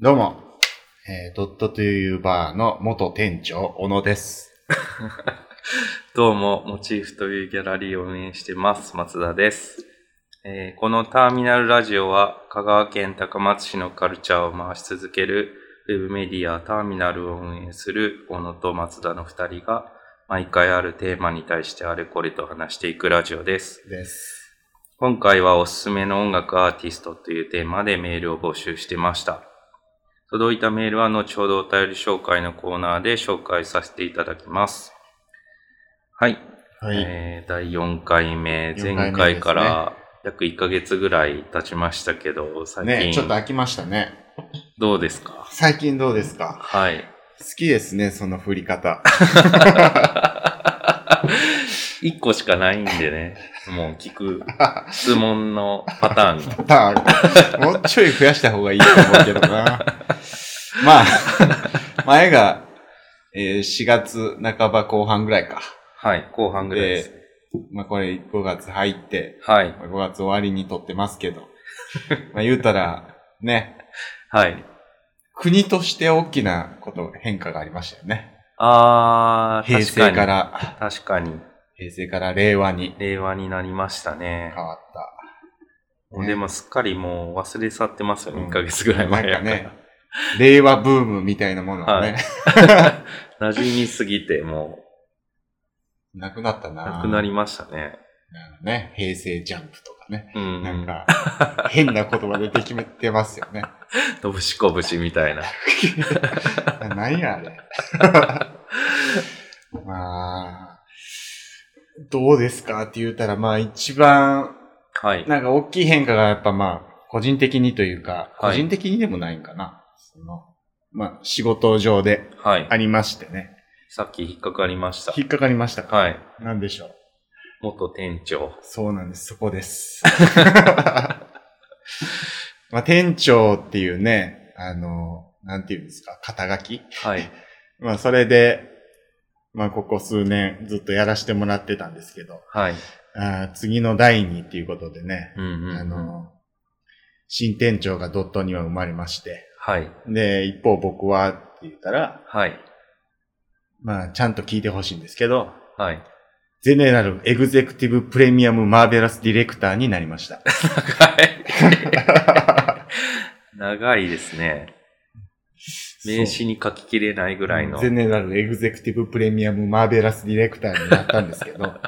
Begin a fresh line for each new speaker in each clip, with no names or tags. どうも、えードットというバーの元店長、小野です。
どうも、モチーフというギャラリーを運営してます、松田です。えーこのターミナルラジオは、香川県高松市のカルチャーを回し続ける、ウェブメディアターミナルを運営する小野と松田の2人が、毎回あるテーマに対してあれこれと話していくラジオです。
です。
今回はおすすめの音楽アーティストというテーマでメールを募集してました。届いたメールは後ほどお便り紹介のコーナーで紹介させていただきます。はい。
はい。
えー第4回目、
4回目
前回から約1ヶ月ぐらい経ちましたけど、
ね
最
ちょっと
近
飽きましたね。
どうですか
最近どうですか
はい。
好きですね、その振り 方。
1個しかないん でね、もう聞く質問のパター ンが。
ただ、もうちょい増やした方がいいと思うけど な。まあ、前が、えー4月半ば後半ぐらいか。
はい、後半ぐらいです。
まあこれ5月入って、
はい、
5月終わりに撮ってます けど。まあ言うたら、ね、
はい。
国として大きなこと、変化がありましたよね。
あー、
平
確か
成
に。
から、
確かに、
平成から令和に
令和になりましたね
変。わった。ね
でもすっかりもう忘れ去ってますよね、
うん
1ヶ月ぐらい
な
前
ん
や
か
から。
ね、令和ブームみたいなものがね、
はい馴染みすぎて、も
なくなった
う、
な。
なくなりましたね。
なんかね、平成ジャンプとかね。
うん。
なんか、変な言葉出てきてますよね。
どぶしこぶしみたいな。
何やあれ。 まあ、どうですかって言ったら、まあ一番、
はい。
なんか大きい変化がやっぱまあ、個人的にというか、
は
個
い
人的にでもないんかな。その、まあ仕事上で
はい
あ。りましてね。
さっき引っかかりました。
引っかかりましたか
はい。
なんでしょう。
元店長。
そうなんです、そこ です。 まあ、店長っていうね、あの、なんていうんですか、肩書き
はい。
まあ、それで、まあ、ここ数年ずっとやらしてもらってたんですけど、
はい。
あー次の第二っていうことでね、
うんうんうん。
あの、新店長がドットには生まれまして、
はい。
で、一方僕はって言ったら、
はい。
まあ、ちゃんと聞いてほしいんですけど、
はい。
ゼネラルエグゼクティブプレミアムマーベラスディレクターになりました。
長い。 長いですね。 名刺に書ききれないぐらいの。
ゼネラルエグゼクティブプレミアムマーベラスディレクターになったんですけど。 ま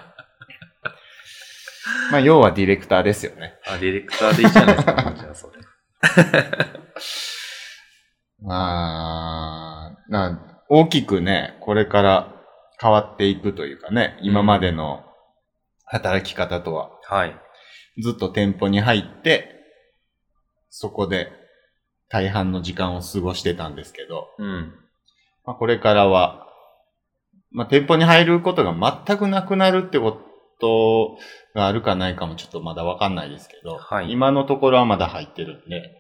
あ、要はディレクターですよね。
あ、ディレクターでいいじゃないですか。じゃあ、それ。
まあ、な大きくね、これから変わっていくというかね、今までの働き方とは、
はい。
ずっと店舗に入って、そこで大半の時間を過ごしてたんですけど、
うん。
まあ、これからは、まあ、店舗に入ることが全くなくなるってことがあるかないかもちょっとまだわかんないですけど、
はい
今のところはまだ入ってるんで、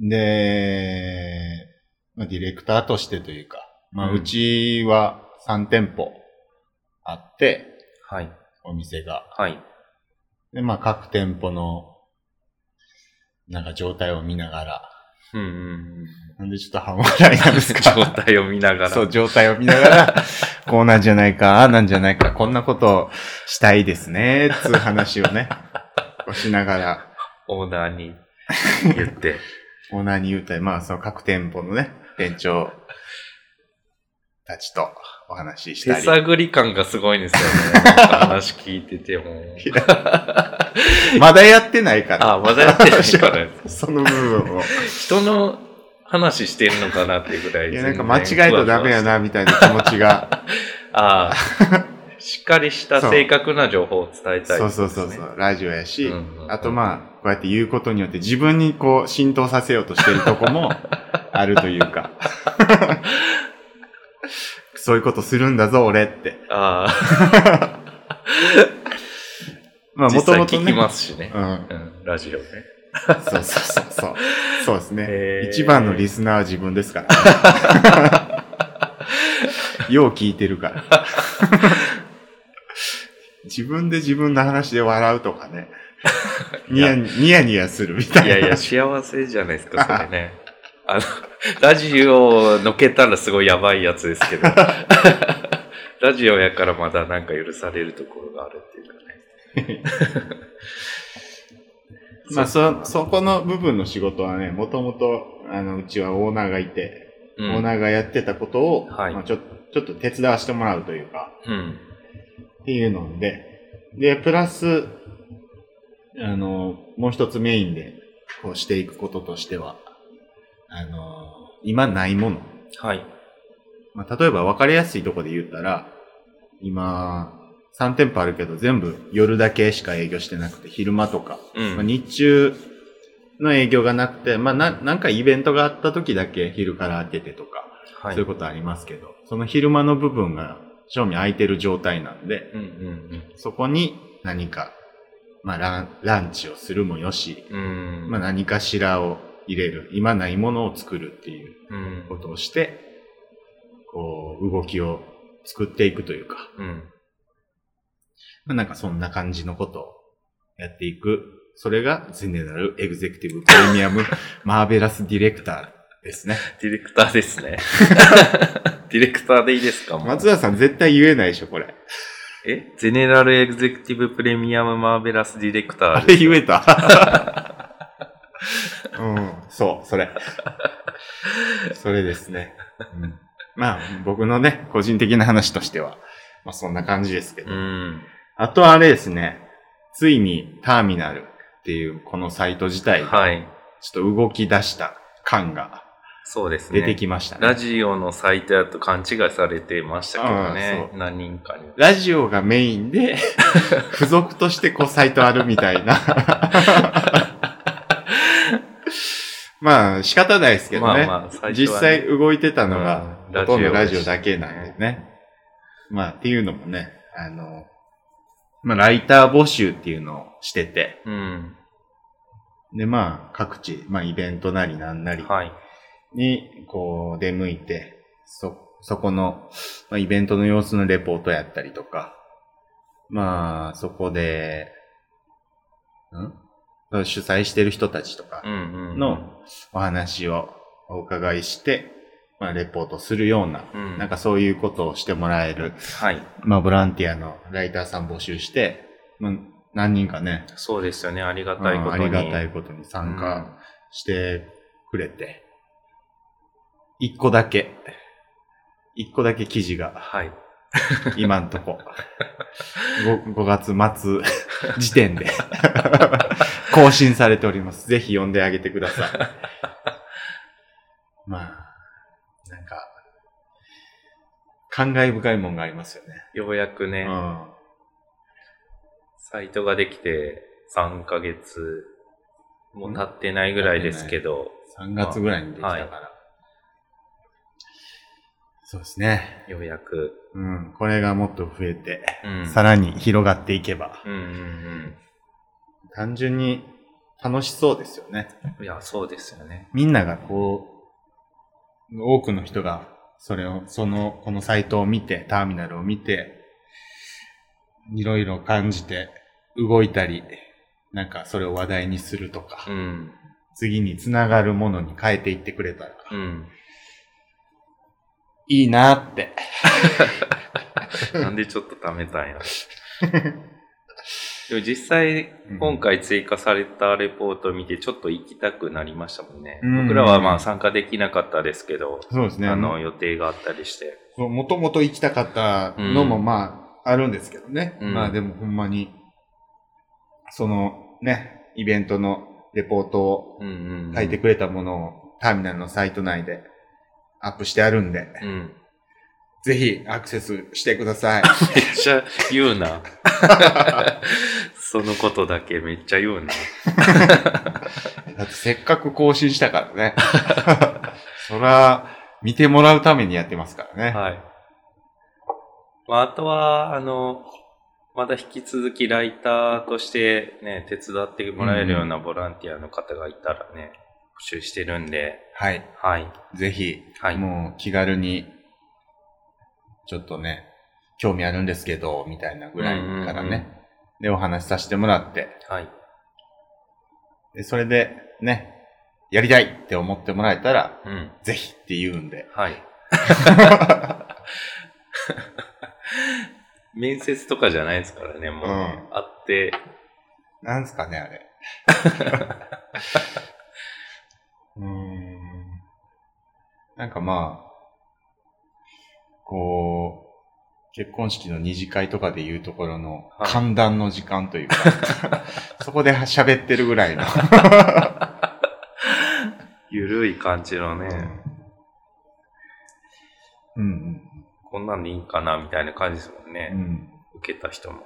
で、まあ、ディレクターとしてというか、まあ、
うん
うちは3店舗あって、
はい。
お店が。
はい。
で、まあ、各店舗の、なんか状態を見ながら、
うんうんうん。
なんでちょっと半笑いなんですか
状態を見ながら。
そう、状態を見ながら、こうなんじゃないか、ああなんじゃないか、こんなことをしたいですね、つう話をね、こうしながら、
オーナーに言 って。
オーナーに言うたり、まあ、その各店舗のね、店長たちとお話しし
手
たり。
探り感がすごいんですよ ね。なんか話聞いてても。
まだやってないから、
あ、まだやってないから。
その部 分を。
人の話してるのかなっていうぐらい。
いや、なんか間違えたらダメや
な。
な、みたいな気持ちが。
ああ。しっかりした
そう
正確な情報を伝えたい、
そうそうそうそ。う、ラジオやし、
うんうん
あとまあ、こうやって言うことによって自分にこう浸透させようとしてるとこ もあるというか。 そういうことするんだぞ、俺って。
ああ。
まあ、
実
もとも
際
と
聞き
ね。
ますしね
う。ん。
うん、ラジオね。
そうそうそうそう。そうです
へ
ね。
ー
一番のリスナーは自分ですから、 ね。よう聞いてるから。 自分で自分の話で笑うとかね。ニヤ、ニヤニヤするみたいな。
いや いや、幸せじゃないですか、それね。あの、ラジオをのけたらすごいやばいやつです けど。ラジオやからまだなんか許されるところがあるっていうかね。
まあ、そ、そこの部分の仕事はね、もともと、あの、うちはオーナーがいて、
う
オー
ん。
ナーがやってたことを、
はい
まあ、ちょちょっと手伝わせてもらうというか、
うん。
っていうので、で、プラス、あの、もう一つメインで、こうしていくこととしては、あの、今ないもの。
はい。
まあ、例えば分かりやすいとこで言ったら、今、3店舗あるけど、全部夜だけしか営業してなくて、昼間とか、
うん
まあ、日中の営業がなくて、まあ、な、なんかイベントがあった時だけ昼から開けてとか、
は
そういうことありますけど、その昼間の部分が正味空いてる状態なんで、
うんうん
そこに何か、まあ、ランランチをするもよし、
うん。うん。
まあ、何かしらを入れる、今ないものを作るっていう
うん。
ことをして、こう、動きを作っていくというか、
うん。
まあ、なんかそんな感じのことをやっていく。それが、ゼネラルエグゼクティブプレミアム マーベラスディレクターですね。
ディレクターです ね。ディレクターでいいですかもう
松田さん絶対言えないでしょ、これ。
えゼネラルエグゼクティブプレミアムマーベラスディレクタ
あ
ーで
れ
す。
言えた うん、そう、それ。それですね。うんまあ、僕のね、個人的な話としては、まあそんな感じですけど。
うん。
あとあれですね、ついにターミナルっていうこのサイト自体が、
はい。
ちょっと動き出した感が
そうですね。
出てきましたね。
ラジオのサイトだと勘違いされてましたけど
ああ
ね
そ。
何人かに。
ラジオがメインで、付属としてこうサイトあるみたいな。まあ仕方ないですけどね。
まあ、最初
実
はね
際動いてたのが、
うん
ほとんどラ
ラジ
ジ
オ
オだけなんでね。まあっていうのもね、あの、まあライター募集っていうのをしてて、
うん。
でまあ各地、まあイベントなりなんなり
はい。
にこう出向いて、そ、そこの、まあ、イベントの様子のレポートやったりとか、まあそこで、ん主催してる人たちとか
うんうんうん。
のお話をお伺いして、まあ、レポートするような、
うん
なんかそういうことをしてもらえる、
はい。
まあ、ボランティアのライターさん募集して、まあ、何人かね、
そうですよね。ありが
う
たいこ
ん
と
あ
に。
りがたいことに参加してくれて、一個だけ、一個だけ記事が、
はい。
今んと こ、5, 月末時点で、更新されております。ぜひ読んであげてくだ さい。まあ、なんか、感慨深いもんがありますよね。
ようやくね、
うん。
サイトができて3ヶ月も経ってないぐらいですけど、
3月ぐらいにできたから。そうですね。
ようやく。
うん。これがもっと増えて、
うん。
さらに広がっていけば、
うんうん
単純に楽しそうですよね。
うん。いや、そうですよね。
みんながこう、多くの人が、それを、その、このサイトを見て、ターミナルを見て、いろいろ感じて、動いたり、なんかそれを話題にするとか、
うん。
次につながるものに変えていってくれたら、
うん。
いいなって。
なんでちょっと貯めた んや。でも実際、今回追加されたレポートを見て、ちょっと行きたくなりましたもんね。
うん
僕らはまあ参加できなかったですけど、
そうですね。
あ
あ
の
の、
予定があったりして。
もともと行きたかったのも、
うん
まあ、あるんですけどね。
うん
まあでもほんまに、そのね、イベントのレポートを
うんうんうん。
書いてくれたものをターミナルのサイト内でアップしてあるんで、
うん。
ぜひアクセスしてください。
めっちゃ言うな。そのことだけめっちゃ言うな。
だってせっかく更新したからね。 そら、見てもらうためにやってますからね。
はい。まあ、あとは、あの、まだ引き続きライターとしてね、手伝ってもらえるようなボランティアの方がいたらね、募集してるんで、
はい。
はい。
ぜひ、
はい
もう気軽に、ちょっとね、興味あるんですけど、みたいなぐらいからね、
うんうんうん
で、お話しさせてもらって、
はい。
でそれで、ね、やりたいって思ってもらえたら、
うん。
ぜひって言うんで。
はい。 面接とかじゃないですからね、もう、
うん
会って、
なんすかね、あ れ。うーん。なんかまあ、こう、結婚式の二次会とかで言うところの、
はい
寒暖の時間というか、 そこで喋ってるぐらいの。
ゆるい感じのね、
うんうん
こんなんでいいんかな、みたいな感じですもん
う
ね。
ん。
受けた人も。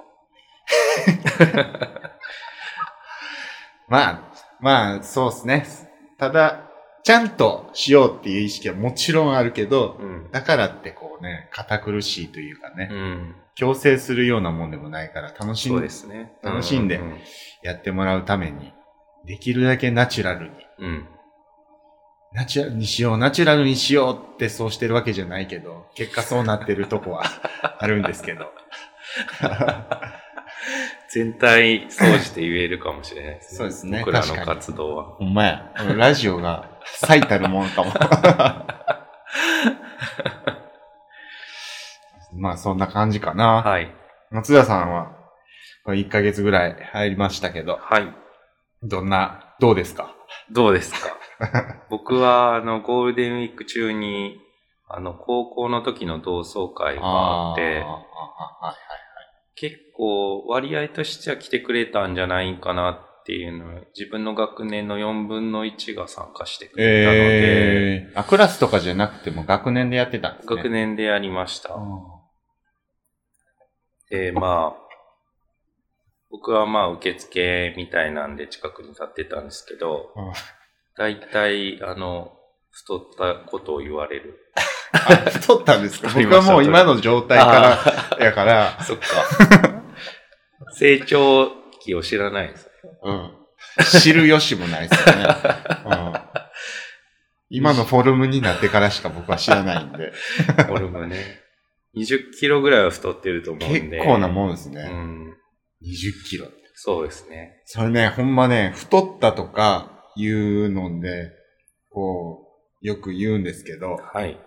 まあ、まあ、そうですね。ただ、ちゃんとしようっていう意識はもちろんあるけど
う、ん。
だからってこうね、堅苦しいというかね、
うん。
強制するようなもんでもないから、楽し
そうん
で
ですね。
楽しんで
う
やってもらうために、できるだけナチュラルに、
うん。
ナチュラルにしよう、ナチュラルにしようってそうしてるわけじゃないけど、結果そうなってるとこはあるんですけど。
全体掃除で言えるかもしれないです ね。
そうですね
僕らの
確かに
活動は。
ほんまや。このラジオが最たるもんかも。 まあそんな感じかな。
はい。
松田さんは、これ1ヶ月ぐらい入りましたけど、
はい。
どんな、どうですか
どうですか 僕は、あの、ゴールデンウィーク中に、あの、高校の時の同窓会があって
ー、あはい
結構割合としては来てくれたんじゃないかなっていうの自分の学年の4分の1が参加してくれたので、
ええあ、クラスとかじゃなくても学年でやってたんですね。
学年でやりました。で、まあ、僕はまあ受付みたいなんで近くに立ってたんですけど、
うん
大体、あの、太ったことを言われる。
あ。取ったんですか
取り
僕
ま
は
した
もう今の状態から、やから、
そっか。成長期を知らないです。
うん。知る由もないですよね。うん今のフォルムになってからしか僕は知らないん で。
俺もね。20キロぐらいは太ってると思うん
結
で。
構なもんです
う
ね。
ん。
20キロ。
そうですね。
それね、ほんまね、太ったとか言うので、こう、よく言うんですけど、
はい。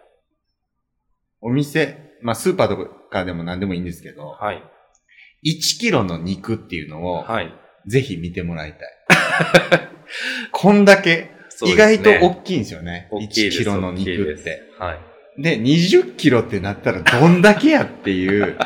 お店、まあスーパーとかでも何でもいいんですけど、
はい。
1キロの肉っていうのを、
はい。
ぜひ見てもらいたい。 こんだけ、
そう
意
ですね
外と大きいんですよね。
大きいです
1キロの
大きい
肉
で
っ
す
て。
はい。
で、20キロってなったらどんだけやって いう。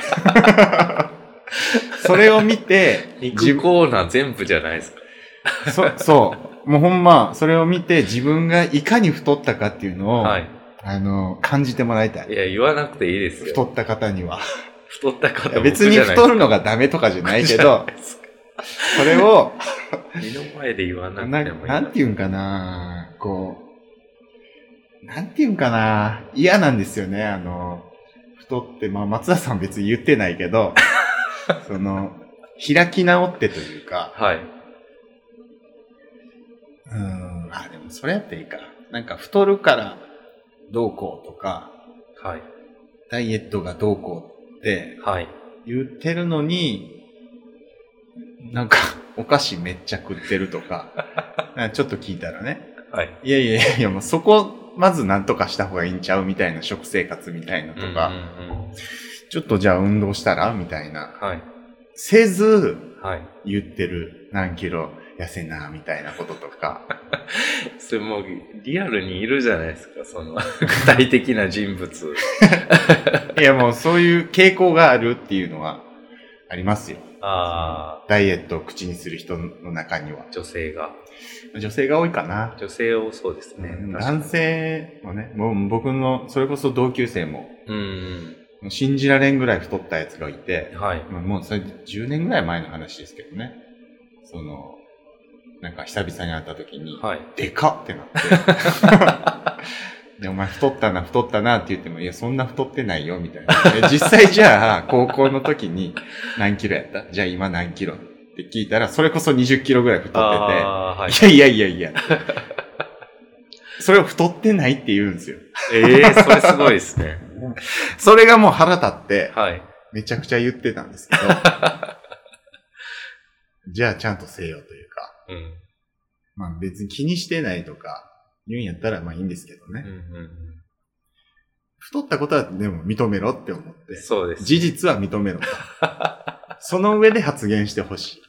それを見て、自
肉
分、
コーナー全部じゃないですか。
そそう。もうほんま、それを見て自分がいかに太ったかっていうのを、
はい。
あの、感じてもらいた
い
い。
や、言わなくていいですよ。
太った方には。
太った方
別に太
る
るのがダメとかじゃないけ
じゃ
ど
な、いですか
それを、
目の前で言わな
な
くてもいい
なんていうんかなこう、なんていうんかな嫌なんですよね、あの、太って、まあ松田さん別に言ってないけ ど、その、開き直ってというか、
はい。
うーん、あ、でもそれやっていいか。なんか太るからどうこうとか、
はい。
ダイエットがどうこうって
はい。
言ってるのに、なんかお菓子めっちゃ食ってるとか、 なんかちょっと聞いたらね、
はい。
いやいやいやいや、もうそこ、まずなんとかした方がいいんちゃうみたいな食生活みたいなとか、
うんうんうん
ちょっとじゃあ運動したらみたいな。
はい。
せず
はい。
言ってる何キロ痩せなみたいなこととか。
それもう、リアルにいるじゃないですか、その、具体的な人物。
いやもうそういう傾向があるっていうのはありますよ。
あ
ダイエットを口にする人の中には
あ、。女性が。
女性が多いかな。
女性をそうですね。確かに
男性もね、もう僕の、それこそ同級生も、
うん
もう信じられんぐらい太ったやつがいて
うん。、はい。
まあもうそれ10年ぐらい前の話ですけどね。その、なんか久々に会った時に、
はい。
でかっってなって。 で、お前太ったな、太ったなって言っても、いや、そんな太ってないよ、みたいな。え実際じゃあ、高校の時に何キロやったじゃあ今何キロって聞いたら、それこそ20キロぐらい太っ
ああ、はい
て。て、いやいやいやいや。それを太ってないって言うんですよ。
ええそれすごいですね。
それがもう腹立って、
はい。
めちゃくちゃ言ってたん ですけど、じゃあちゃんとせよというか、
うん。
まあ別に気にしてないとか言うんやったらまあいいんですけどね。
うんうん
太ったことはでも認めろって思って
うん、。そうです。
事実は認めろと。その上で発言してほ しい。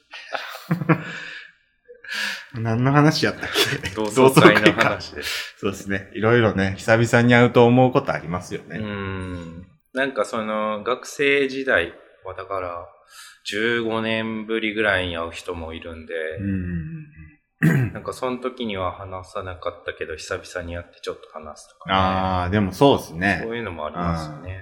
何の話やったっけ
同窓会の
か
話です。
そうですね。いろいろね、久々に会うと思うことありますよ
う
ね。
ん。なんかその、学生時代はだから、15年ぶりぐらいに会う人もいるんで、
うん。
なんかその時には話さなかったけど、久々に会ってちょっと話すとか、ね。
ああ、でもそうですね
そ。ういうのもありますよね。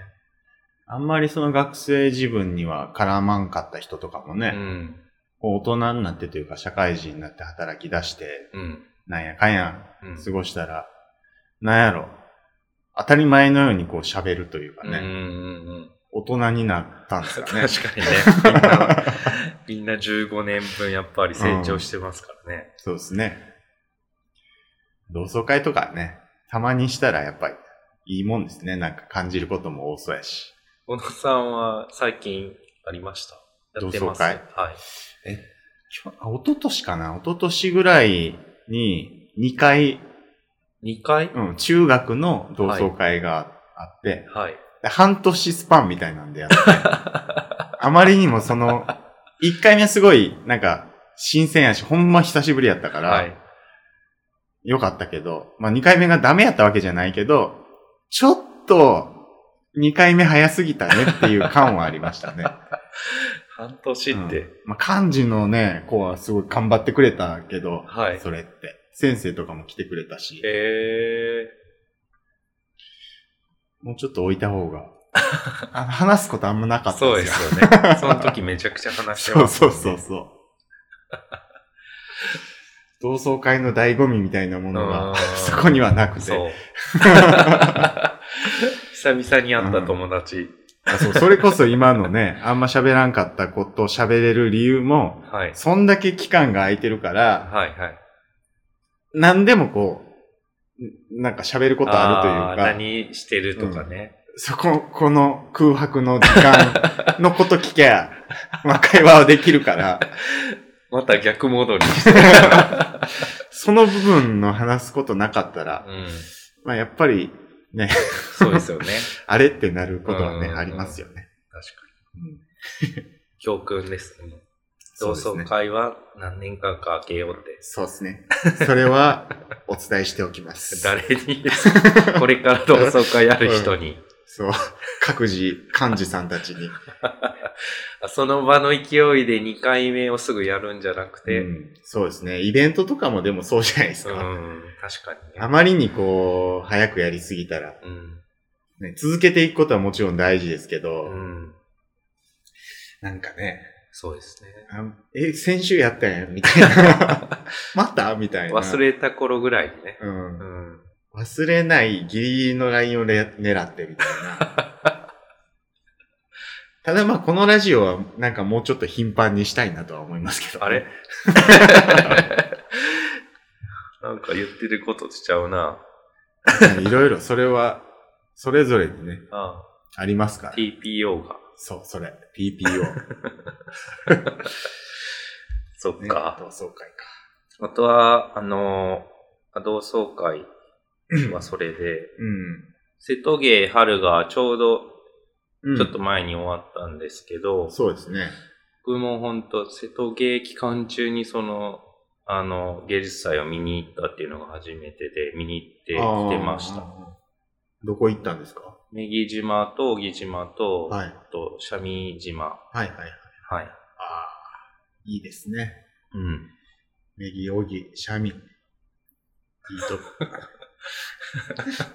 あんまりその学生自分には絡まんかった人とかも
う
ね、
ん。
こう大人になってというか社会人になって働き出して、
うん。
なんやかんや
うん。
過ごしたら、なんやろ、当たり前のようにこう喋るというか
うんうん
ね、
うんうん。
大人になったんです
確
か
か
ね。
にね。みんな、みんな15年分やっぱり成長してますからね。
そうですね。同窓会とかね、たまにしたらやっぱりいいもんですね。なんか感じることも多そうやし。
小野さんは最近ありましたやってます
同
は
窓
い
会。きょあ一昨年かな一昨年ぐらいに2回、
2回、
うん、中学の同窓会があって、
はい。
で半年スパンみたいなんでや って、あまりにもその、1回目はすごい、なんか、新鮮やし、ほんま久しぶりやったから、
はい。
良かったけど、まあ2回目がダメやったわけじゃないけど、ちょっと2回目早すぎたねっていう感はありましたね。
半年って。
うんまあ漢字のね、子はすごい頑張ってくれたけど、
はい
それって。先生とかも来てくれたし、
え
もうちょっと置いた方 が。あの話すことあんまなか
ー、
った
そうです よね。その時めちゃくちゃ話して
そう
ます
そ
もん
う
ね、
そうそう。同窓会の醍醐味みたいなもの
う
が
ん
そこにはなくて。
そう。久々に会った友達。
あそうそれこそ今のね、あんま喋らんかったことを喋れる理由も、
はい。
そんだけ期間が空いてるから、
はいはい。
何でもこう、んなんか喋ることあると
あー
いうか、
何してるとかね。
そこ、この空白の時間のこと聞けや、 まあ会話はできるから、
また逆戻りして。
その部分の話すことなかったら、
うん。
まあやっぱりね、
そうですよね。
あれってなることはね、
うん
ありますよね。
確かに。 教訓ですね。
そ
同
うです
窓
ね。
会は何年間か開けよう って。
そうです ね。それはお伝えしておきます。
誰にこれから同窓会ある人に、
そう。各自、幹事さんたちに。
その場の勢いで2回目をすぐやるんじゃなくて、
う
うん、
んそうですね。イベントとかもでもそうじゃないですか。
確かに
あ
ね。
まりにこう、早くやりすぎたら、
うん。
ね、続けていくことはもちろん大事ですけど、
うん。
なんかね、
そうですね。
あえ、先週やったやんみたいな。 またみたいな。
忘れた頃ぐらいにね。
う。
うんん。
忘れないギリギリのラインをれ狙ってみたいな。 ただまあこのラジオはなんかもうちょっと頻繁にしたいなとは思いますけど、
あれ なんか言ってることしちゃうな。
いろいろそれは、それぞれにね、
あ
ありますから
あ。TPO が。
そう、それ。PPO。
そっ
ね
か。
同窓会か。
あとは、あのー同窓会はそれで、瀬戸芸春がちょうど
うん。うん
ちょっと、前に終わったんですけど、
そうですね。
僕も本当瀬戸芸期間中にその、あの、芸術祭を見に行ったっていうのが初めてで、見に行ってきてました。
た。どこ行ったんですか
女木島と小木島と、
はい。
あと、シャミ島。
はいはいはい。
はい。
ああ、いいですね。
うん。
ネギ、オギ、シャミ。いい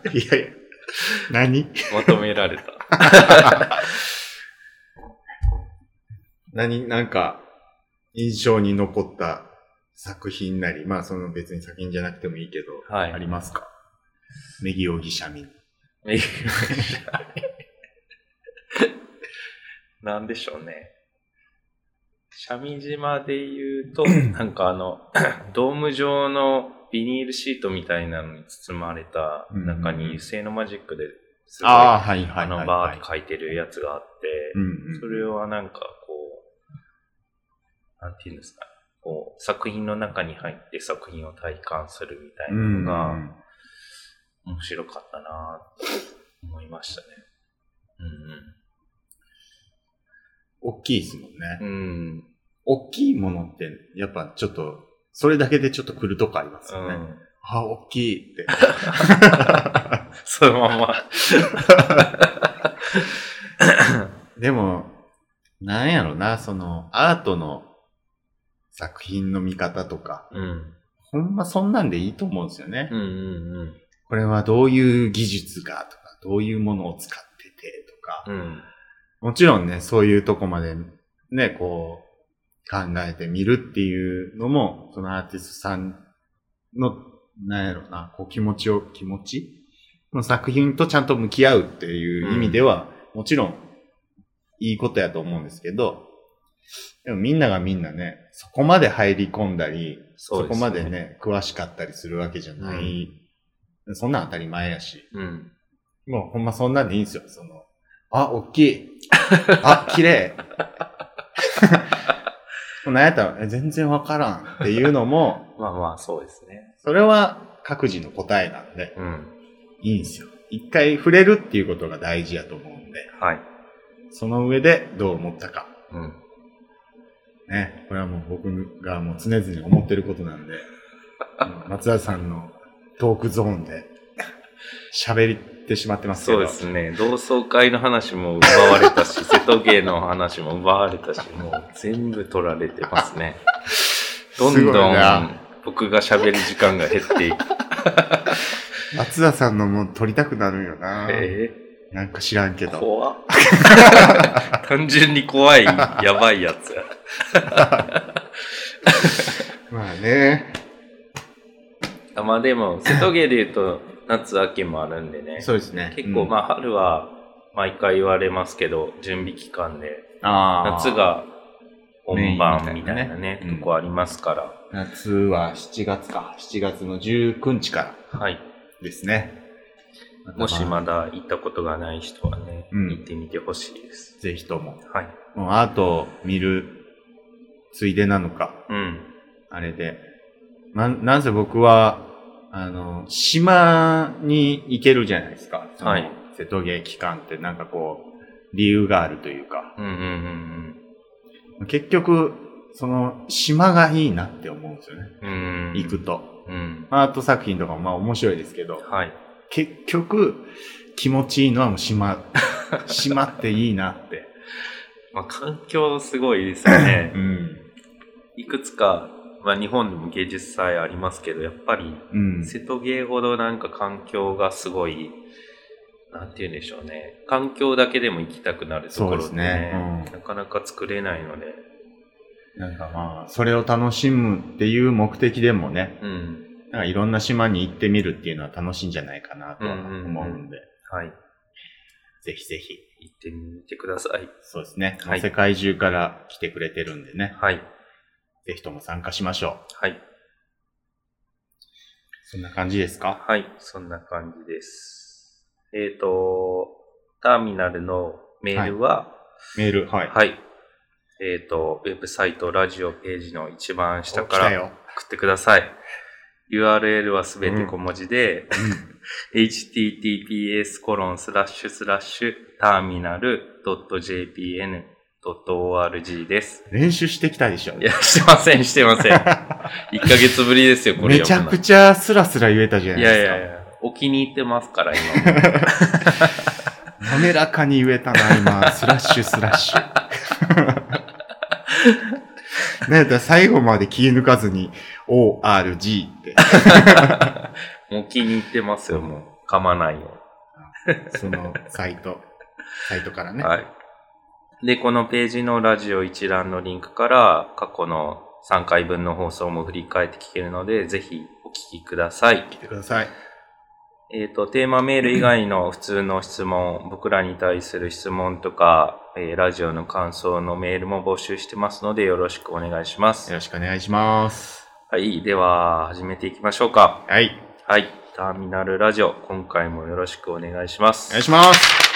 と。 いやいや。何
まとめられた。
何なんか、印象に残った作品なり、まあその別に作品じゃなくてもいいけど、
はい
ありますかネギ、オギ、シャミ。
女木島 なんでしょうね。シャミ島で言う と、なんかあの、ドーム状のビニールシートみたいなのに包まれた中
うんうんうん
に油性のマジックですごい、
ああ、はいは
あ
いはい、は
の
い。
バーって書いてるやつがあって
う、んうん
それはなんかこう、なんていうんですか、こう、作品の中に入って作品を体感するみたいな
うん。
のが、面白かったなと思いましたね。
大きいですもんね。
うんうん。うん。
大きいものって、やっぱちょっと、それだけでちょっと来るとこありますよね。
うん。
あ、大きいって。
そのまま。
でも、なんやろな、その、アートの作品の見方とか、
うん。
ほんまそんなんでいいと思うんですよね。
うんうん
これはどういう技術がとか、どういうものを使っててとか、
うん。うん。
もちろんね、そういうとこまでね、こう、考えてみるっていうのも、そのアーティストさんの、なんやろな、こう気持ちを、気持ちの作品とちゃんと向き合うっていう意味では、もちろん、いいことやと思うんですけど、でもみんながみんなね、そこまで入り込んだり、そ
そうです
こ
ね
までね、詳しかったりするわけじゃない。そんなん当たり前やし。
うん。
もうほんまそんなんでいいんですよ。その、あ、大きい。あ、綺麗。 もうなんやったら、え全然わからんっていうのも、
まあまあ、そうですね。
それは各自の答えなんで、
うん。
いいんですよ。一回触れるっていうことが大事やと思うんで、
はい。
その上でどう思ったか。
うん。
ね。これはもう僕がもう常々思ってることなんで、 うん松田さんのトークゾーンで喋ってしまってますけ
そ
ど。
うですね。同窓会の話も奪われたし、 瀬戸芸の話も奪われたし、もう全部取られてますね。どん
すごい
どん
な
僕が喋る時間が減っていく。
松田さんのもう撮りたくなるよな。
え
なんか知らんけ
ー、
ど。
怖っ 単純に怖い、やばいやつや。
まあね。
あまあでも、瀬戸芸で言うと、夏秋もあるんでね。
そうですね。
結構まあ春は毎回言われますけど、準備期間で、
ああー
夏。が本番みたい
メイ
な
ンみ
ね
たいなね、
とこありますから。
夏は7月か。7月の19日から
はい。
ですね。
もし
ま
まだ行ったことがない人はね、
うん
行ってみてほしいです。
あぜひとも。
はい。
もうアートを見るついでなのか、
うん。
あれで。なん、なんせ僕は、あの、島に行けるじゃないですか。
はい。
瀬戸芸期間ってなんかこう、理由があるというか。
うんうん
結局、その、島がいいなって思うんですよね。
うんうん。うん。
行く。と。
うん。
アート作品とかもまあ面白いですけど、
はい。
結局、気持ちいいのはもう 島。島っていいなって。
まあ、環境すごいですよ ね
う。ん。
いくつか、まあ、日本でも芸術祭ありますけど、やっぱり、
うん。
瀬戸芸ほどなんか環境がすごい、なんて言うんでしょうね。環境だけでも行きたくなるところってね、
そうですねうん
なかなか作れないので、
なんかまあ、それを楽しむっていう目的でもね、
うん。
なんかいろんな島に行ってみるっていうのは楽しいんじゃないかなとは思うんで、
うんはい。
ぜひぜひ。
行ってみてください。
そうですね。
はい
世界中から来てくれてるんでね、
はい。
ぜひとも参加しましょう。
はい。
そんな感じですか
はい、そんな感じです。えっ、と、ターミナルのメールは、
メール。は。
はいい、えっ、と、ウェブサイト、ラジオページの一番下か
お来た
ら
よ。
送ってください。URL はすべて小文字で、https コロンスラッシュスラッシュターミナル .jpn.org です。
練習してきたでしょ
いや、してません、してません。1ヶ 月ぶりですよ、これ
めちゃく
ち
ちゃスラスラ言えたじゃない
い
です
や
か。
いやいや、お気に入ってますから、今も。
滑らかに言えたな、今。スラッシュスラッシュ。 ねだから最後まで気抜かずに、ORG って。
もう気に入ってますよ、もう。噛まないよ。
そのサイト、サイトからね。
はい。で、このページのラジオ一覧のリンクから、過去の3回分の放送も振り返って聞けるので、ぜひお聞きください。
来てください。
えっ、と、テーマメール以外の普通の質問、僕らに対する質問とか、えーラジオの感想のメールも募集してますので、よろしくお願いします
よ。ろしくお願いします。
はい。では、始めていきましょうか。
はい。
はい。ターミナルラジオ、今回もよろしくお願いしま
お
す
願い。します。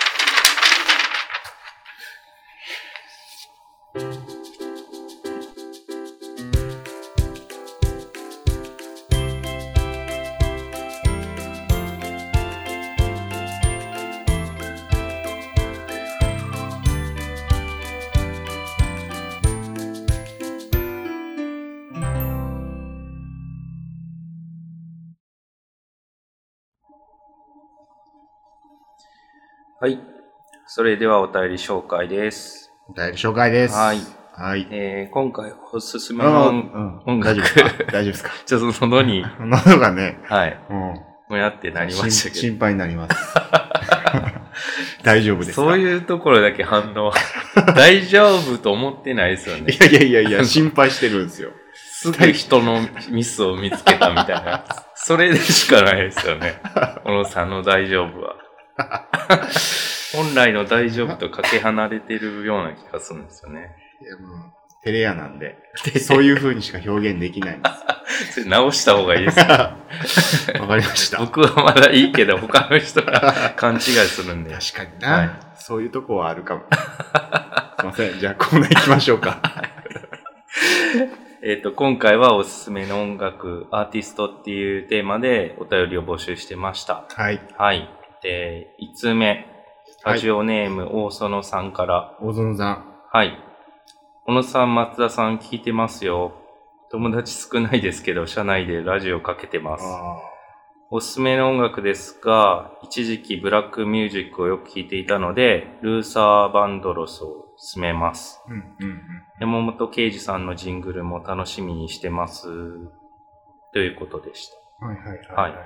はい。それではお便り紹介です。
お便り紹介です。
はい。
はい。
えー今回おすすめ
あ
の
うん
音楽
大丈夫ですか大丈夫ですか
ちょっとそのに、
喉がね、
はい、
うん。
もやってなりました
心
け
心配になります。 大丈夫で
ど、
すか
そういうところだけ反 応、大丈夫と思ってないですよね
い。やいやいやいや、心配してるんですよ。
すぐ人のミスを見つけたみたい な。それでしかないですよね。小野さんの大丈夫は。 本来の大丈夫とかけ離れてるような気がするんですよね。
いやもう照れ屋なんで、そういう風にしか表現できないんで
それ直した方がいいです よ。
す。 わかりました。確
僕はまだいいけど、他の人が勘違いするんで。
かに
はい
な。そういうとこはあるかも。す いません。じゃあコーナー行きましょう か。
えっ、と、今回はおすすめの音楽、アーティストっていうテーマでお便りを募集してました。
はい。
はい。えー、5つ目。ラジオネーム、大園さんから。
大園さん。
はい。小野さん、松田さん、聞いてますよ。友達少ないですけど、社内でラジオかけてます。
あ
おすすめの音楽ですが、一時期ブラックミュージックをよく聞いていたので、ルーサー・バンドロスを勧めます。
ーうんうんうん。
山本圭司さんのジングルも楽しみにしてます。ということでした。
はいはい
は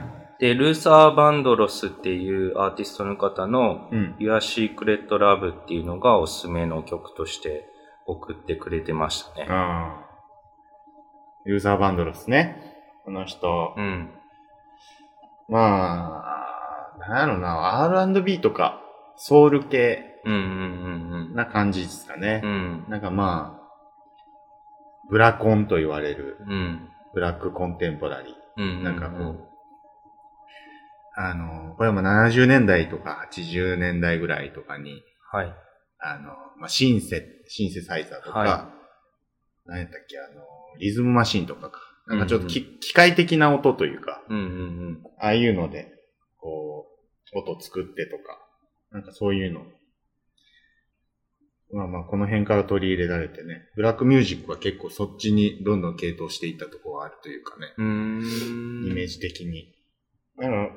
い。で、ルーサー・バンドロスっていうアーティストの方の
うん。
Your Secret Love っていうのがおすすめの曲として送ってくれてましたね。
ああ。ユーザーバンドロスね。この人。
うん。
まあ、なんやろな、R&B とか、ソウル系
うんうん
な感じですかね
うんうん。う。ん。
なんかまあ、ブラコンと言われる、
うん。
ブラックコンテンポラリー。
うん。
なんかこう、あの、これも70年代とか80年代ぐらいとかに、
はい。
あの、まあ、シンセ、シンセサイザーとか、
は
何やったっけ、あの、リズムマシンとかか。なんかちょっとき、
う
機械的な音というか、
うんうん
ああいうので、こう、音作ってとか、なんかそういうの。まあまあ、この辺から取り入れられてね、ブラックミュージックは結構そっちにどんどん系統していったところはあるというかね、
うん。うーん。
イメージ的に。あの、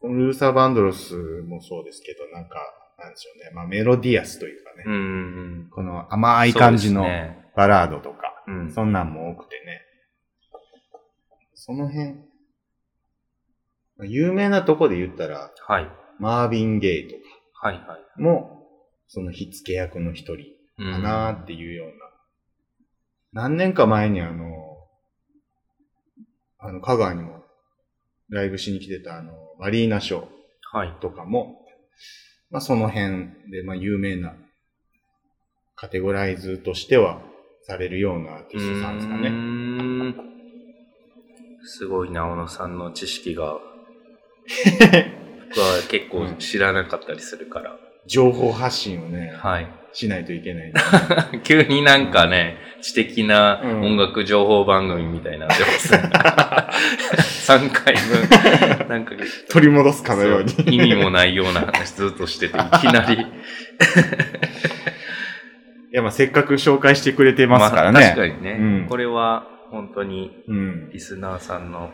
このルーサー・バンドロスもそうですけど、なんか、なんでしょうね、まあメロディアスというかね、
うんうんうん。
この甘い感じの
そうですね
バラードとか、
うん。
そんなんも多くてね。その辺、まあ有名なとこで言ったら、
はい。
マービン・ゲイとか
はいは
も、その火付け役の一人
い。
かなーっていうような。何年か前にあの、あの、香川にもライブしに来てたあの、マリーナショー
うん。はい。
とかも、まあその辺で、まあ有名なカテゴライズとしてはされるようなアーティストさんですか
うー
ね。
ん。すごいな、小野さんの知識 が。僕は結構知らなかったりするから。
情報発信をね、
はい。
しないといけない んで。
急になんかね、知的な音楽情報番組みたいになってますね。3回分、なんか、
取り戻すかのように。
意味もないような話ずっとしてて、いきなり。
いや、まあせっかく紹介してくれてますからね。
まあ確かにね、
うん
これは本当に
うん。
リスナーさんの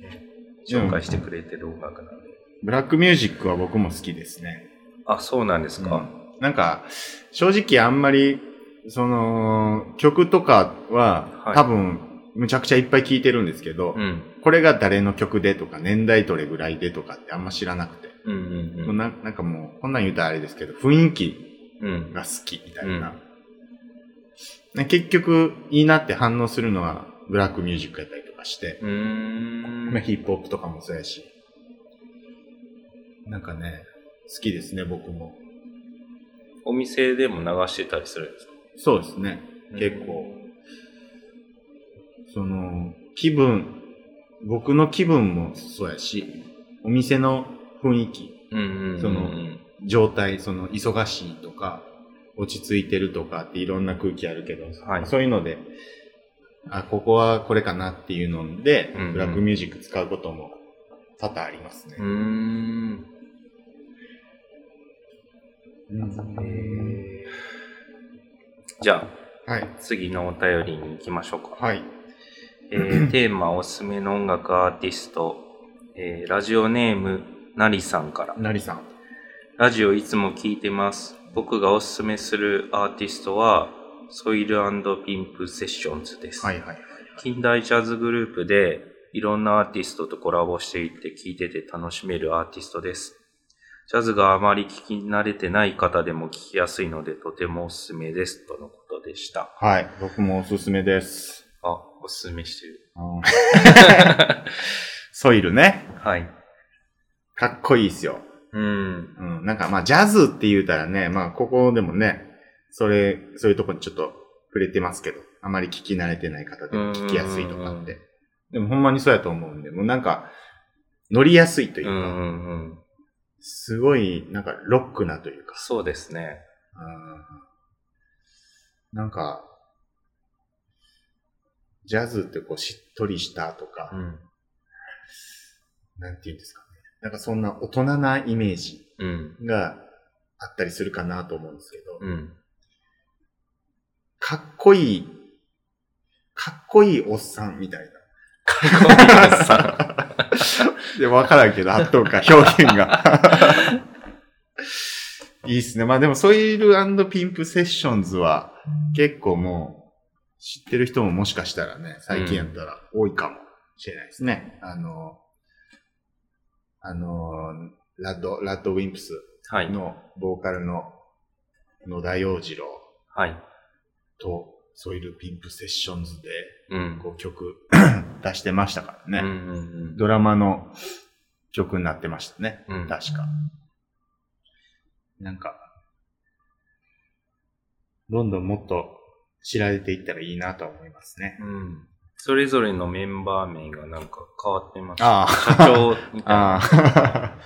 ね紹介してくれてる音楽なんで。
ブラックミュージックは僕も好きですね。
あ、そうなんですか。
なんか、正直あんまり、その、曲とかは、
はい
多分、むちゃくちゃいっぱい聴いてるんですけど、
うん。
これが誰の曲でとか、年代どれぐらいでとかってあんま知らなくて。
うんうんうん。
ななんかもう、こんなん言うたらあれですけど、雰囲気
うん。
が好きみたいな。ね結局、いいなって反応するのは、ブラックミュージックやったりとかして、
うーん
まあ、ヒップホップとかもそうやし。なんかね、好きですね、僕も。
お店でも流してたりするんですか
そうですね。結構。その、気分、僕の気分もそうやし、お店の雰囲気、
うんうんうんうん。
その状態、その、忙しいとか、落ち着いてるとかっていろんな空気あるけど、
はい
そういうので、あ、ここはこれかなっていうので、
うんうん
ブラックミュージック使うことも多々ありますね
うー。ん。
うん
じゃあ、
はい。
次のお便りに行きましょうか。
はい。
えーテーマおすすめの音楽アーティスト、えーラジオネームなりさんから。
なりさん。
ラジオいつも聞いてます。僕がおすすめするアーティストは、ソイルピンプセッションズです。
はいはいはい。
近代ジャズグループでいろんなアーティストとコラボしていって聴いてて楽しめるアーティストです。ジャズがあまり聴き慣れてない方でも聴きやすいのでとてもおすすめですとのことでした。
はい。僕もおすすめです。
あ、おすすめしてる。
うん ソイルね。
はい。
かっこいいっすよ。
うん。
うん。なんかまあ、ジャズって言うたらね、まあ、ここでもね、それ、そういうとこにちょっと触れてますけど、あまり聞き慣れてない方でも聞きやすいとかって。でもほんまにそうやと思うんで、もうなんか、乗りやすいといううん
う
か、
んうん。
すごい、なんか、ロックなというか、
そうですね。
うんなんか、ジャズってこう、しっとりしたとか、
うん。
なんていうんですかね。なんかそんな大人なイメージ
うん。
があったりするかなと思うんですけど、
うん。
かっこいい、かっこいいおっさんみたい
かっこいいですさ。
な。で、わからんけど、あっとうか、表現 が。いいっすね。まあでも、ソイルピンプセッションズは、結構もう、知ってる人ももしかしたらね、最近やったら多いかもしれないですね。あの、あの、ラッド、ラッドウィンプス
はい。
のボーカルの野田洋次郎
はい。
とソイルピンプセッションズで
うん。
こう曲 出してましたか
うん
ら
う
ね、
んうん。
ドラマの曲になってましたね。
うん
確か。なんか、どんどんもっと知られていったらいいなとは思いますね。
うん。それぞれのメンバー名がなんか変わってます。
ああ
社長みたいな。
あ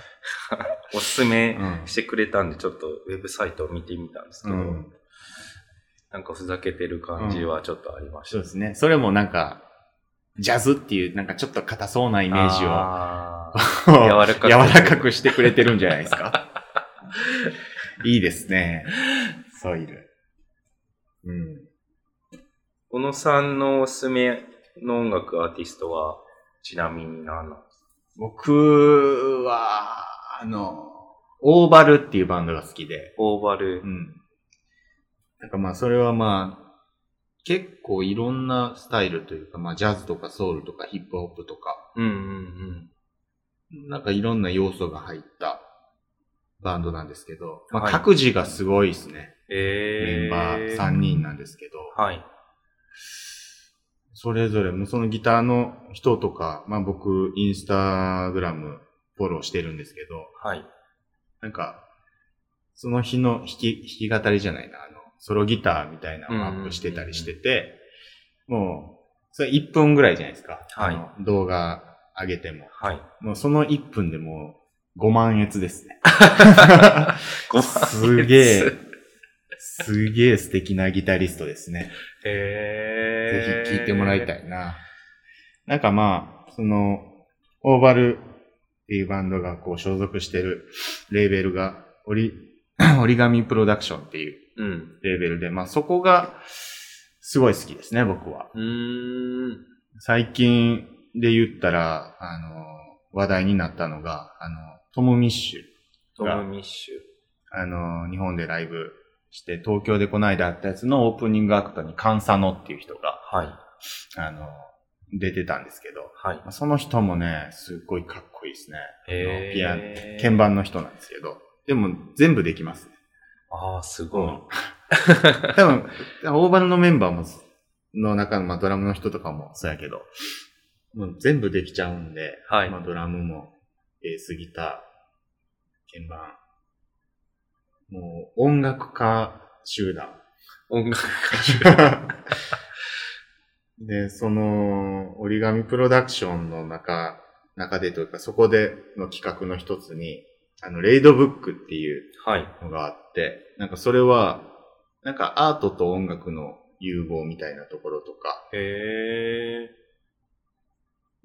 おすす
あ、
め
う
してくれたんで、ちょっとウェブサイトを見てみたんですけど、
ん。うん。
なんかふざけてる感じはちょっとありまし
そ
た。
うですね。それもなんか、ジャズっていうなんかちょっと硬そうなイ
イ
メージを
柔らかく
柔らかくしてくれてるんじゃないです か。いいですね。ソイル。うん。
小野さんのおすすめの音楽アーティストは、ちなみに何なんです
僕は、あの、オーバルっていうバンドが好きで、
オーバル
う。ん。なんかまあそれはまあ、結構いろんなスタイルというか、まあジャズとかソウルとかヒップホップとか、
うんうん
なんかいろんな要素が入ったバンドなんですけど、ま
は
あ
い
各自がすごいですね。
うん。えー。
メンバー3人なんですけど、
はい。
それぞれ、もうそのギターの人とか、まあ僕、インスタグラムフォローしてるんですけど、
はい。
なんか、その日の弾き、弾き語りじゃないな、あの、ソロギターみたいなのをアップしてたりしてて、もう、それ1分ぐらいじゃないですか。
はい
あの動画上げても。
はい。
もうその1分でもう5万越ですね。
ご
すげえ。すげえ素敵なギタリストですね。
え
ぜひ聴いてもらいた
い。
いな。なんかまあ、その、オーバルっていうバンドがこう所属してるレーベルが、折り、 折り紙プロダクションっていう
うん。
レーベルで、まあそこがすごい好きですね、僕は。
うーん。
最近で言ったら、あの、話題になったのが、あの、トム・ミッシュ。
トム・ミッシュ。
あの、日本でライブして、東京でこの間あったやつのオープニングアクトにカンサノっていう人が、
はい。
あの、出てたんですけど、
はい。
まあその人もね、すっごいかっこいいですね。
えー
ピアノ鍵。盤の人なんですけど。でも、全部できます。
ああ、すごい。
多分、オーバルのメンバーも、の中の、まあ、ドラムの人とかもそうやけど、もう全部できちゃうんで、
はい
まあ、ドラムも、ベース、ギター、鍵盤。もう、音楽家集団。
音楽
で、その、折り紙プロダクションの中、中でというか、そこでの企画の一つに、あの、レイドブックっていう
はい。
のがあって、なんかそれは、なんかアートと音楽の融合みたいなところとか、
へえ。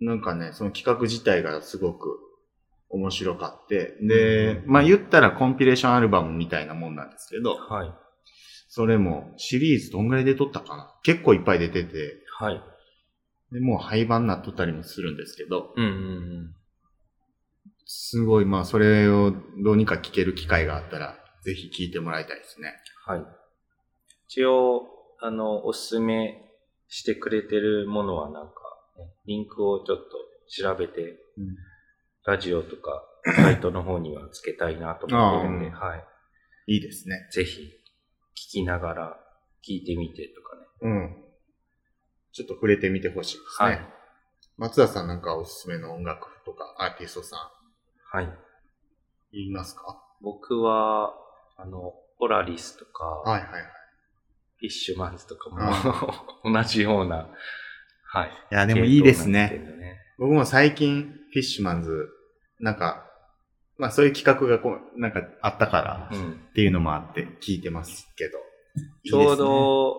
なんかね、その企画自体がすごく面白かって、
う
で
ん、
まあ言ったらコンピレーションアルバムみたいなもんなんですけど、
はい。
それもシリーズどんぐらいで撮ったかな結構いっぱい出てて、
はい。
で、もう廃盤になっとったりもするんですけど、
うんうんうん。
すごい、まあ、それをどうにか聞ける機会があったら、ぜひ聞いてもらいたいですね。
はい。一応、あの、おすすめしてくれてるものはなんか、ね、リンクをちょっと調べて、ラジオとか、サイトの方にはつけたいなと思ってるんで、
あ
はい。
いいですね。
ぜひ、聞きながら、聞いてみてとかね。
うん。ちょっと触れてみてほしいですね。
はい
松田さんなんかおすすめの音楽とかアーティストさん
はい。
言いますか
僕は、あの、ポラリスとか、
はいはいはい。
フィッシュマンズとか
あ
も、同じような、はい。
いや、で
で
もいいですね。。僕も最近、フィッシュマンズ、なんか、まあそういう企画がこう、なんかあったから
う
っ
ん。
ていうのもあって聞いてますけど。
ちょう
いいで
ど、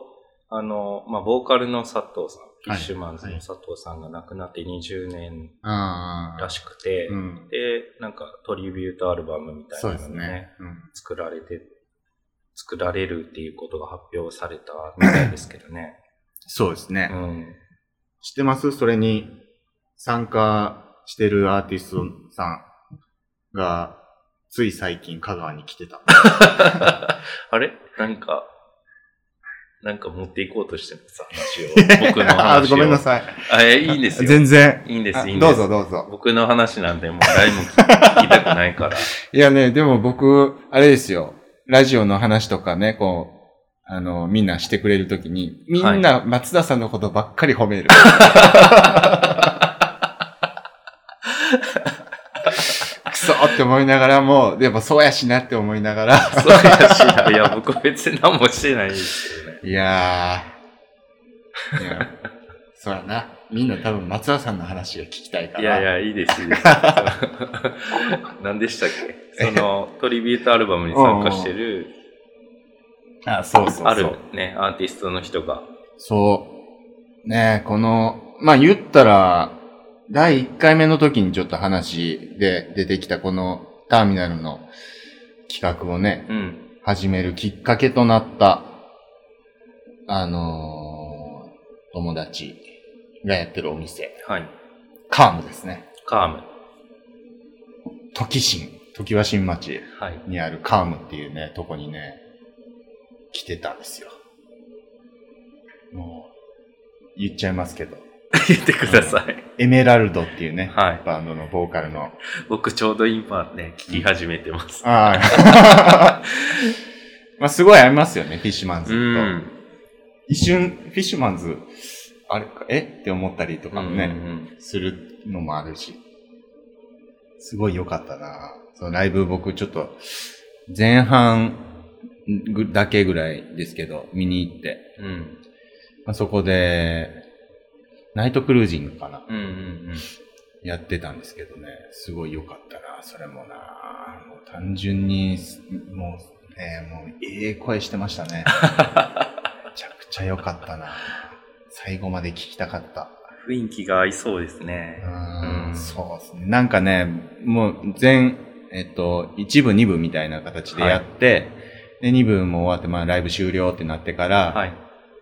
あの、まあ、ボーカルの佐藤さん、フィ
は
ッ
い
シュマンズの佐藤さんが亡くなって20年
すね、ああ。
らしくて、
うん。
で、なんかトリビュートアルバムみたい
そう
な
で
の
す
を
ね
ね、。
うん。
作られて、作られるっていうことが発表されたみたいですけどね。
そうですね。
うん。
知ってますそれに参加してるアーティストさんが、つい最近香川に来てた。
あれなんか、なんか持っていこうとしてます、 話を。僕の
あ
話を。
ごめんなさい。
あ、えいいんですよ。
全然。
いいんです、いいんです。
どうぞどうぞ。
僕の話なんで、もう誰も聞きたくないから。
いやね、でも僕、あれですよ。ラジオの話とかね、こう、あの、みんなしてくれるときに、みんな松田さんのことばっかり褒 める。くそーって思いながらも、でもそうやしなって思いながら。
そうやしな、いや、僕は別に何もしてないですよね。
いやー。いや、そうやな。みんな多分松田さんの話が聞きたいから。
いやいや、いいです、いいです。何でしたっけその、トリビュートアルバムに参加してる、
あ、そうそうそう。
あるね、アーティストの人が。
そう。ねえこの、まあ言ったら、第1回目の時にちょっと話で出てきたこのターミナルの企画をね、
うん。
始めるきっかけとなった、あのー友達がやってるお店、
はい。
カームですね。
カーム。
時新、時は新町
はい。
にあるカームっていうね、とこにね、来てたんですよ。もう、言っちゃいますけど、
言ってください。
エメラルドっていうね、
はい。
バンドのボーカルの。
僕ちょうど今ね、聞き始めてます。
ああ。まあすごい合い ますよね、フィッシュマンズ
う
と。
ん。
一瞬、フィッシュマンズ、あれか、えって思ったりとかもね、
うん
するのもあるし。すごい良かったなそのライブ僕ちょっと、前半ぐだけぐらいですけど、見に行って。
うんうん。
まあ、そこで、ナイトクルージングかな。
うんうんうん。
やってたんですけどね、すごい良かったな、それもな。もう単純に、すもう、ね、もう、ええ声してましたね。めちゃくちゃ良かったな。最後まで聞きたかった。
雰囲気が合いそうです
う
ね。
ー
うん
ん、そうですね。なんかね、もう全、えっと、一部、二部みたいな形でやって、で、二部も終わって、まあ、ライブ終了ってなってから、
はい。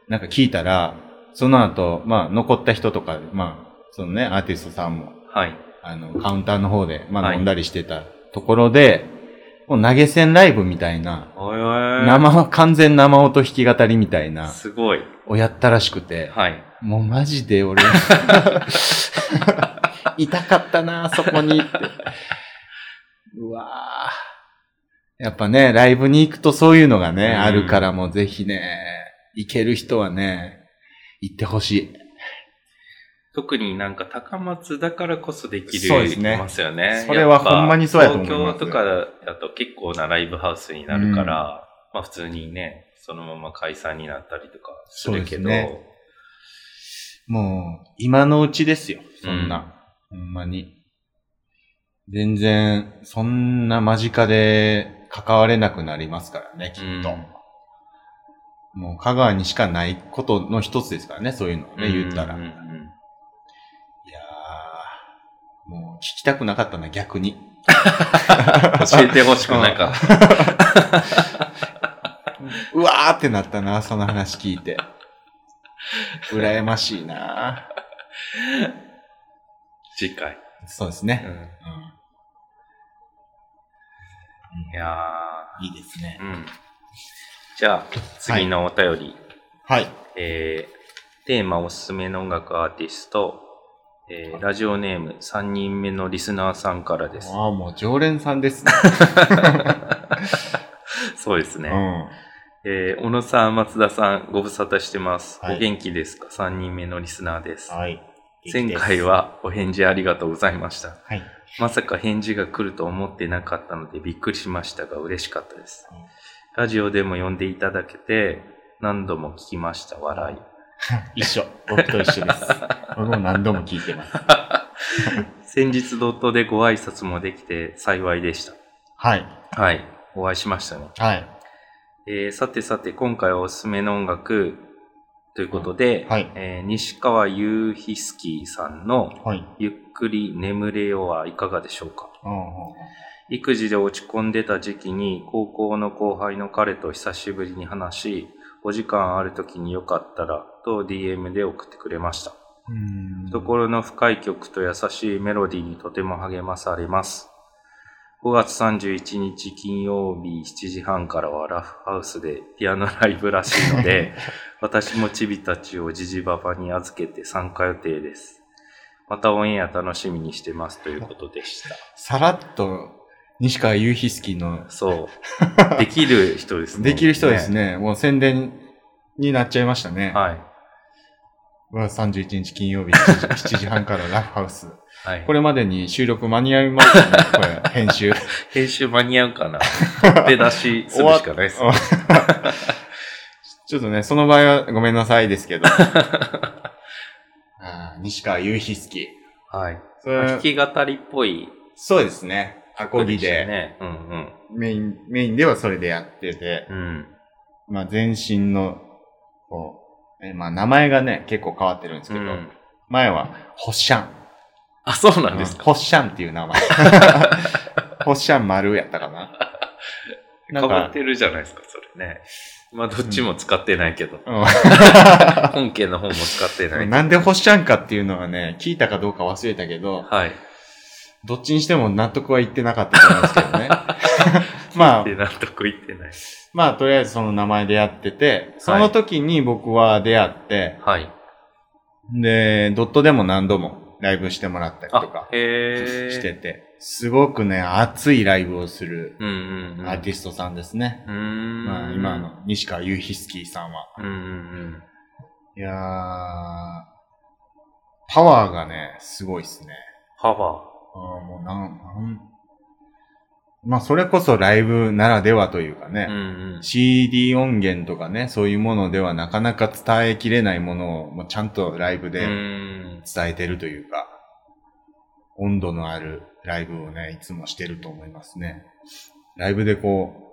なんか聞いたら、その後、まあ、残った人とか、まあ、そのね、アーティストさんも、
はい。
あの、カウンターの方で、ま
は
あ
い
飲んだりしてたところで、もう投げ銭ライブみたいな、
おいおい。
生、完全生音弾き語りみたいな、
すごい。
をやったらしくて、
はい。
もうマジで 俺、痛かったな、そこにって。うわぁ。やっぱね、ライブに行くとそういうのがね、
うん
あるからもうぜひね、行ける人はね、行ってほしい。
特になんか高松だからこそできる。
そうですね
ますよね。
それは
やっぱ
ほんまにそうやと思います
東京とかだと結構なライブハウスになるから、まあ普通にね、そのまま解散になったりとかするけど、
そうですねもう、今のうちですよ、そんな。ほんまに。全然、そんな間近で関われなくなりますからね、きっと。もう、香川にしかないことの一つですからね、そういうのをね、言ったら。
うん
い
うんう
や
ん
ー、もう、聞きたくなかったな、逆に。
教えてほしくなかった。
うわーってなったな、その話聞い て。羨ましいな
次回。
そうですね。うん
いや
いいですね
ー、。うん。じゃあ、次のお便り。
はい。
えーテーマおすすめの音楽アーティスト、えーラジオネーム3人目のリスナーさんからです。
ああ、もう常連さんですね。
そうですね。
うん。
えー小野さん、松田さん、ご無沙汰してます。
はい
お元気ですか ?3 人目のリスナーです。
はい。
前回。はお返事ありがとうございました。
はい。
まさか返事が来ると思ってなかったのでびっくりしましたが嬉しかったです
うん。
ラジオでも呼んでいただけて何度も聞きました、笑い。
一緒。僕と一緒です。僕も何度も聞いてます。
先日ドットでご挨拶もできて幸いでし
はい。
た。はい。お会いしましたね。
はい。
えーさてさて、今回はおすすめの音楽ということで、
はい
えー西川雄飛スキーさんの
はい。
ゆっくり眠れよはいかがでしょうか
うん。
育児で落ち込んでた時期に高校の後輩の彼と久しぶりに話し、お時間ある時によかったらと DM で送ってくれました。
うん
懐の深い曲と優しいメロディーにとても励まされます。5月31日金曜日7時半からはラフハウスでピアノライブらしい ので、私もチビたちをジジババに預けて参加予定です。またオンエア楽しみにしてますということでした。
さらっと、西川雄飛スキーの、
そう。できる人ですね。
できる人ですね。もう宣伝になっちゃいましたね。
はい。
5月31日金曜日7時 ,7 時半からラフハウス。
はい。
これまでに収録間に合いますね。これ、編集。
編集間に合うかな出だしするしかないですね。
ちょっとね、その場合はごめんなさいです けど。あー西川雄飛好き。
はい。
そ
弾
れ
き語りっぽい
そうですね。アコギ
した
で、
ね。うん
メイン、メインではそれでやってて、
うん。うん。
まあ前身の、こう、えまあ名前がね、結構変わってるんです
う
けど、
ん、
前は、ホッシャン。
あ、そうなんですか。
ホッシャンっていう名 前。ホッシャン丸やったかな。
かぶってるじゃ ないですか、それね。まあ、どっちも使ってないけど。
うん
本家の方も使ってない。
なんで干しちゃんかっていうのはね、聞いたかどうか忘れたけど、
はい。
どっちにしても納得は言ってなかったと思うんですけど ね。まあ
で、、納得いってない。
まあ、とりあえずその名前でやってて、その時に僕は出会って、
はい。
で、ドットでも何度もライブしてもらったりと
あ
か、
へえ。
してて、すごくね、熱いライブをする
うんうんうん。
アーティストさんですね。
うーん。
まあ、今。の西川雄飛スキーさんは。
うんうん
いやー、パワーがね、すごいですね。
パワ
ああ、もうなん、なん、まあそれこそライブならではというか
ー。うん
ね、
うん。
CD 音源とかね、そういうものではなかなか伝えきれないものを、もうちゃんとライブ
う
で
ん。
伝えてるというか、温度のあるライブをね、いつもしてると思いますね。ライブでこう、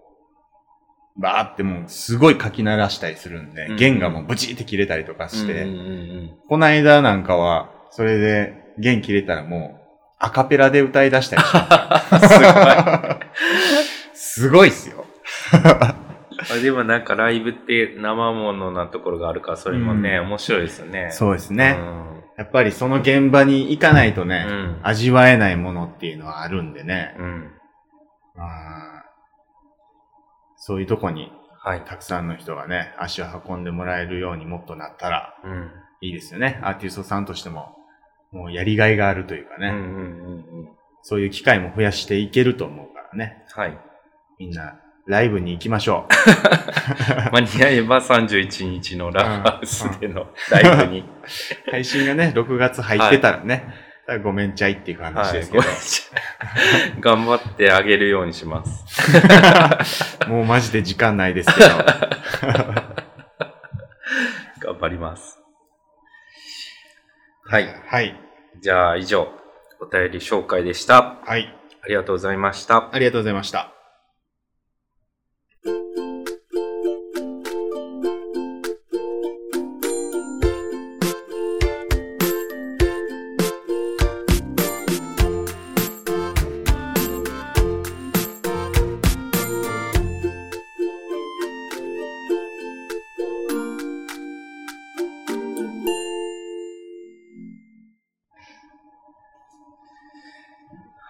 バーってもうすごい書き鳴らしたりするんで、
うん
弦がもうブチって切れたりとかして、
うんうんうんうん、
こないだなんかは、それで弦切れたらもう、アカペラで歌い出したりしました。 すごい。すごいっすよ。
あでもなんかライブって生ものなところがあるからそれもね、
うん
面白いですよね。う
そうですね。やっぱりその現場に行かないと
うん。う
ね、
ん。
味わえないものっていうのはあるんでね。
うん。
あーそういうとこに
はい。
たくさんの人がね、足を運んでもらえるようにもっとなったら
うん。
いいですよね。アーティストさんとしても、もうやりがいがあるというか
う
ね、
んうんうんうん。
そういう機会も増やしていけると思うからね。
はい。
みんな、ライブに行きましょう。
間に合えば31日のラフハウスでのライブに。
配信がね、6月入ってたらね、ごめんちゃいっていう話
はい
ですけど、
頑張ってあげるようにします。
もうマジで時間ない ですけど。
頑張ります。はい。
はい。
じゃあ以上、お便り紹介でした。
はい。
ありがとうございました。
ありがとうございました。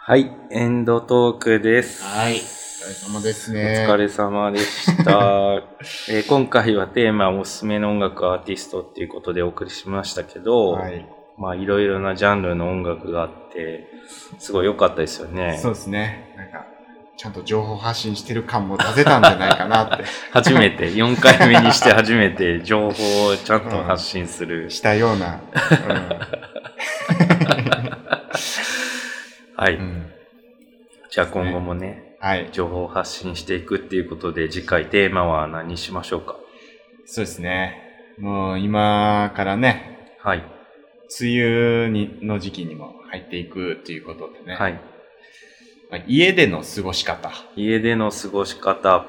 はい。エンドトークです。
はい。おれ様です
お
ね。
疲れ様で した。えー今回はテーマおすすめの音楽アーティストっていうことでお送りしましたけど、
はい。
まあいろいろなジャンルの音楽があって、すごい良かったですよね
そ。うですね。なんか、ちゃんと情報発信してる感も出せたんじゃないかなっ
初め て、4回目にして初めて情報をちゃんと発信する
て。したよう な。
はい。
うん。うん
じゃあ今後もね、
はい。
情報を発信していくっていうことで、次回テーマは何にしましょうか
そうですね。もう今からね、
はい。
梅雨にの時期にも入っていくということでね。。
はいい。
家での過ごし方。
家での過ごし方。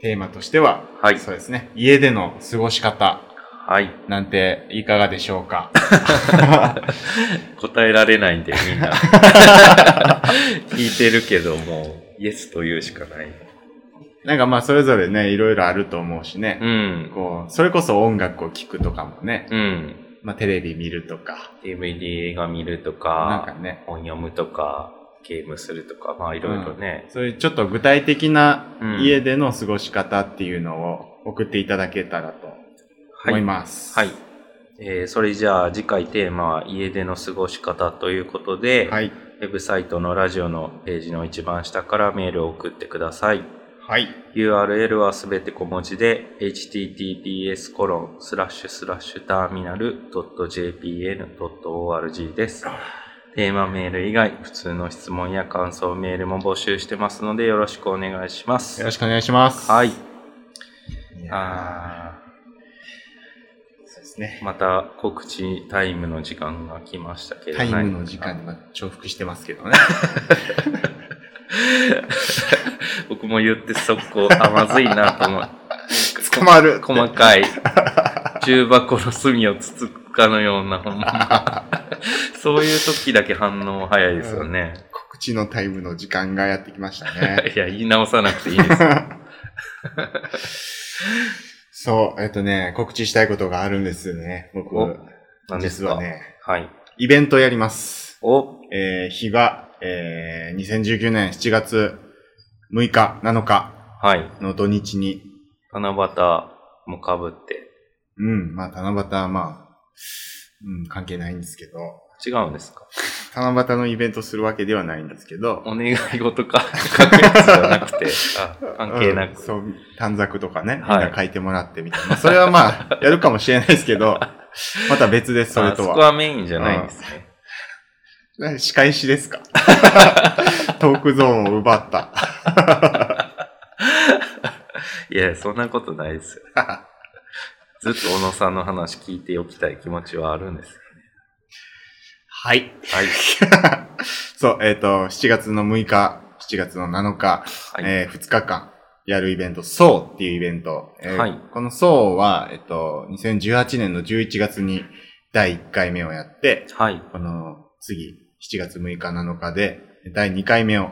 テーマとしては、
はい
そうですね。家での過ごし方
はい。
なんていかがでしょう か。
答えられないんで、み んな。聞いてるけど、もう、イエスと言うしかない。
なんかまあそれぞれね、いろいろあると思うし
う
ね。
ん。
こう、それこそ音楽を聴くとかもね。
うん。
まあテレビ見るとか。
DVD 映画見ると
なん
か、
かね。
本読むとか、ゲームするとか、まあいろいろね。
そういうちょっと具体的な
うん
家での過ごし方っていうのを送っていただけたらと思います。
はい。えーそれじゃあ次回テーマは家での過ごし方ということで、
はい。
ウェブサイトのラジオのページの一番下からメールを送ってください。
はい。
URL はすべて小文字で https コロンスラッシュスラッシュターミナル .jpn.org です。テーマメール以外、普通の質問や感想メールも募集してますのでよろしくお願いしま
よ
す
ろ。しくお願いします。
はい。
いやー。
あ
そうですね。
ーまた告知タイムの時間が来ましたけれど
タイムの時間には重複してますけどね。
僕も言って速攻、あ、まずいなと思う。
捕まる
細かい、重箱の隅をつつくかのような、ほんま。そういう時だけ反応早いですよね。
告知のタイムの時間がやってきました ね。
いや、言い直さなく ていいです。
そう、えっとね、告知したいことがあるんですよね、僕。
お何です
実
か
はね、
はい。
イベントやります。
お、
えー、日が、えー、2019年7月6日、7日
はい。
の土日に、
七夕もかぶって。
うん、まあ、七夕はまあ、うん、関係ないんですけど、
違うんですか
七夕のイベントするわけではないんですけど、
お願い 事か、書くやつじゃなくて、あ、関係な
うん
く。
そう、短冊とかね、みん
はい
な書いてもらってみたいな。まあそれはまあ、やるかもしれないですけ ど、また別です、それ
あそ
と
こ
は。
はメインじゃないんですね。
な仕返しですか トークゾーンを奪った。
いや、そんなことない ですよ。ずっと小野さんの話聞いておきたい気持ちはあるんです。
はい。
はい。
そう、えっ、と、7月の6日、7月の7日、
はい
え2日間やるイベント、ソーっていうイベント。えー
はい
このソーは、えっ、と、2018年の11月に第1回目をやって、
はい。
この次、7月6日7日で第2回目を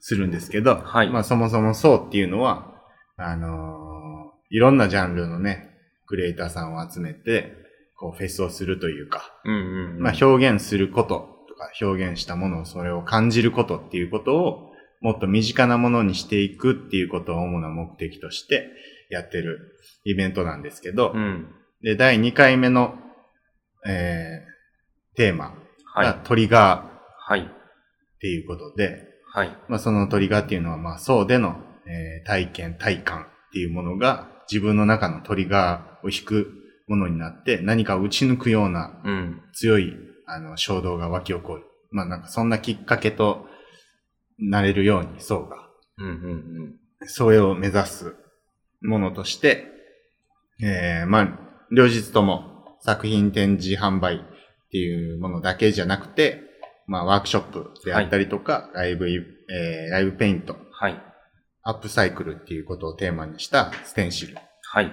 するんですけど、
はい
まあそもそもそうっていうのは、あのーいろんなジャンルのね、クリエイターさんを集めて、こうフェスをするというか、
うんうんうん。
まあ表現することとか表現したものをそれを感じることっていうことをもっと身近なものにしていくっていうことを主な目的としてやってるイベントなんですけど、
うん。
で、第2回目の、えー、テーマ
は
が
い。
トリガー
はい。
っていうことで、
はい。
まあそのトリガーっていうのはまあそうでの、えー体験、体感っていうものが自分の中のトリガーを引くものになって何かを打ち抜くような
うん。
強いあの衝動が湧き起こる。まあなんかそんなきっかけとなれるように、そうが。
うんうん
それを目指すものとして、えー、まあ、両日とも作品展示販売っていうものだけじゃなくて、まあワークショップであったりとか、ライブイ、えー、ライブペイント、
うん。はい。
アップサイクルっていうことをテーマにしたステンシル
はい。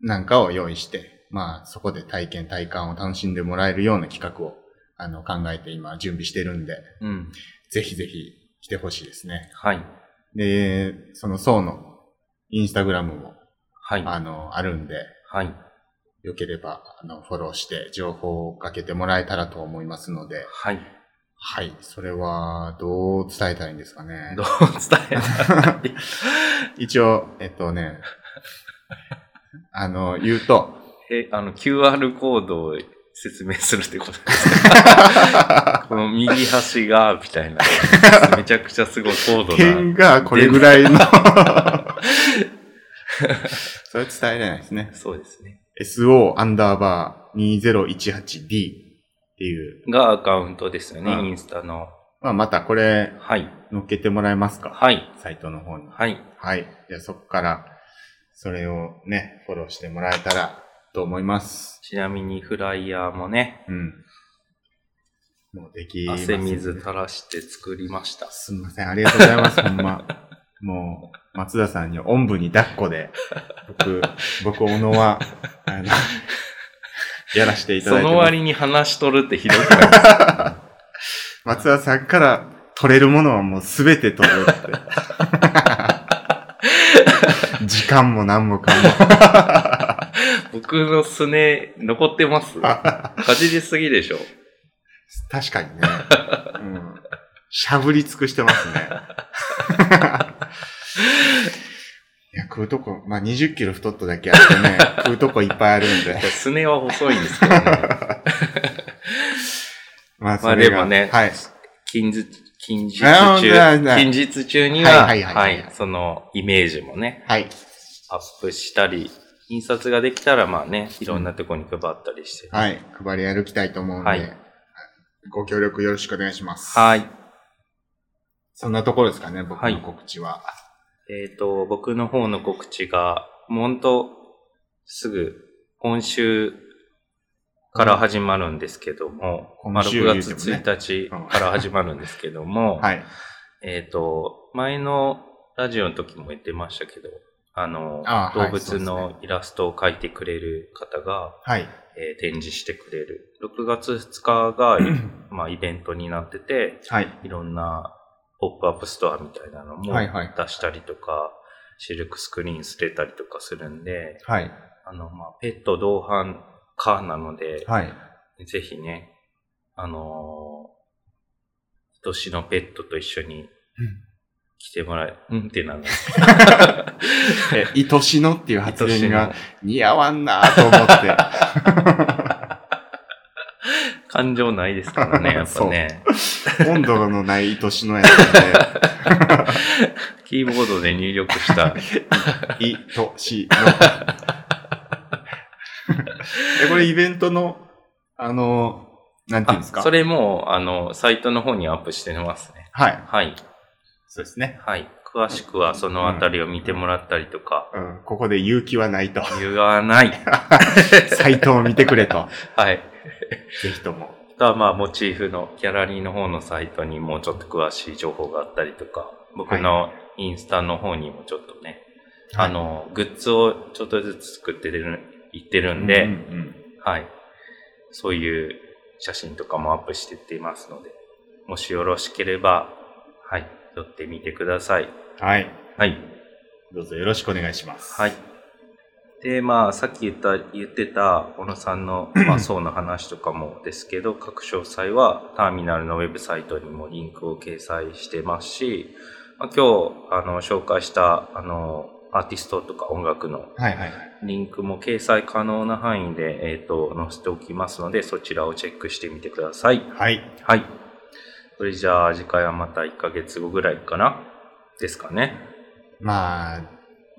なんかを用意して、まあそこで体験体感を楽しんでもらえるような企画をあの考えて今準備してるんで、
うん。
ぜひぜひ来てほしいですね。
はい。
で、その層のインスタグラムも
はい。
あの、あるんで、
はい。
よければ、あの、フォローして情報をかけてもらえたらと思いますので、
はい。
はい。それは、どう伝えたらいいんですかね
ど。う伝えたらいい
一応、えっとね、あの、言うと、
え、あの、QR コードを説明するってことです かこの右端が、みたいな。めちゃくちゃすごいコード
点
な。
がこれぐらいの。それ伝えれないですね。
そうですね。
SO アンダーバー 2018D っていう。
がアカウントですよね、
うん
インスタの。
まあ、またこれ
はい。
乗っけてもらえますか
はい。
サイトの方に。
はい。
はい。じゃあそこから、それをね、フォローしてもらえたらと思います。
ちなみにフライヤーもね、
うん。もうできます、
汗水垂らして作りました。
すみません、ありがとうございます、ほんま。もう、松田さんにおんぶに抱っこで、僕、僕、小野は、あの、やらせていただ
そ
いてます。
の割に話しとるってひどく ない
松田さんから取れるものはもうすべて取 るって。時間も何もかも。
僕のすね、残ってますかじりすぎでしょ。
確かにね。うん。しゃぶり尽くしてます ね。いや、食うとこ、まあ、20キロ太っただけあってね、食うとこいっぱいあるんで。
すねは細いんですけ どね。
まあ
まあ
それ
で
が
もね
はい。
近日、近日
あーだ
中、
だ
近日中には、
はいはいはいはい
はいそのイメージもね、
はい。
アップしたり、印刷ができたらまあね、いろんなとこに配ったりして。
はい。配り歩きたいと思うんで、
はい
ご協力よろしくお願いします。
はい。
そんなところですかね、僕
はい
の告知は。
えっ、と、僕の方の告知が、もうほんと、すぐ、今週から始まるんですけども、
今
まあ
週
6月
言うてもね
1日から始まるんですけども、
はい。
えっ、と、前のラジオの時も言ってましたけど、あの、
あーはい
動
そうです
物
ね
のイラストを描いてくれる方が、
はい。
えー展示してくれる。6月2日 が、まあ、イベントになってて、
はい。
いろんなポップアップストアみたいなのも
はいはい
出したりとか、シルクスクリーン捨てたりとかするんで、
はい。
あの、まあ、ペット同伴かなので、
はい。
ぜひね、あのー、年のペットと一緒に来てもらえ、うんってなる。
え、愛しのっていう発
年
言
の
が似合わんなと思って。
感情ないですから ね、やっぱね。
温度のない愛しのやつ
キーボードで入力 した。
で、愛し の。え、これイベントの、あの、なんていうんですか
それもう、あの、サイトの方にアップしてますね。
はい。
はい。
そうですね。
はい。詳しくはそのあたりを見てもらったりとか、
うん、ここで勇気はないと。
言わない。
サイトを見てくれ と。
はい。
ぜひとも。
あとはまあ、モチーフのギャラリーの方のサイトにもうちょっと詳しい情報があったりとか、僕のインスタの方にもちょっとね、
はい
あの、グッズをちょっとずつ作ってる、いってるん
う
で、
んうん
はい。そういう写真とかもアップしていっていますので、もしよろしければ、はい、寄ってみてください。
はい。
はい。
どうぞよろしくお願いします。
はい。。で、まあ、さっき言った、言ってた、小野さ んの、まあ、層の話とかもですけど、各詳細は、ターミナルのウェブサイトにもリンクを掲載してますし、まあ、今日、あの、紹介した、あの、アーティストとか音楽の
はいはいはい。
リンクも掲載可能な範囲で、えっ、と、載せておきますので、そちらをチェックしてみてください。
はい。
はい。それじゃあ、次回はまた1ヶ月後ぐらいかなですかね。
まあ、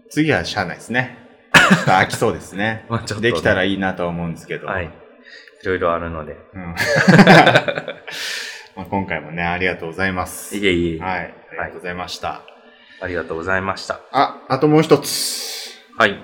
次はしゃあないですね。ちょっと飽きそうです ね。
まあ、ちょっとね、
できたらいいなとは思うんですけど。
はい。いろいろあるので。
うん まあ今回もね、ありがとうございます。
いえいえ、
はい。ありがとうございました。
ありがとうございました。
あ、あともう一つ。
はい。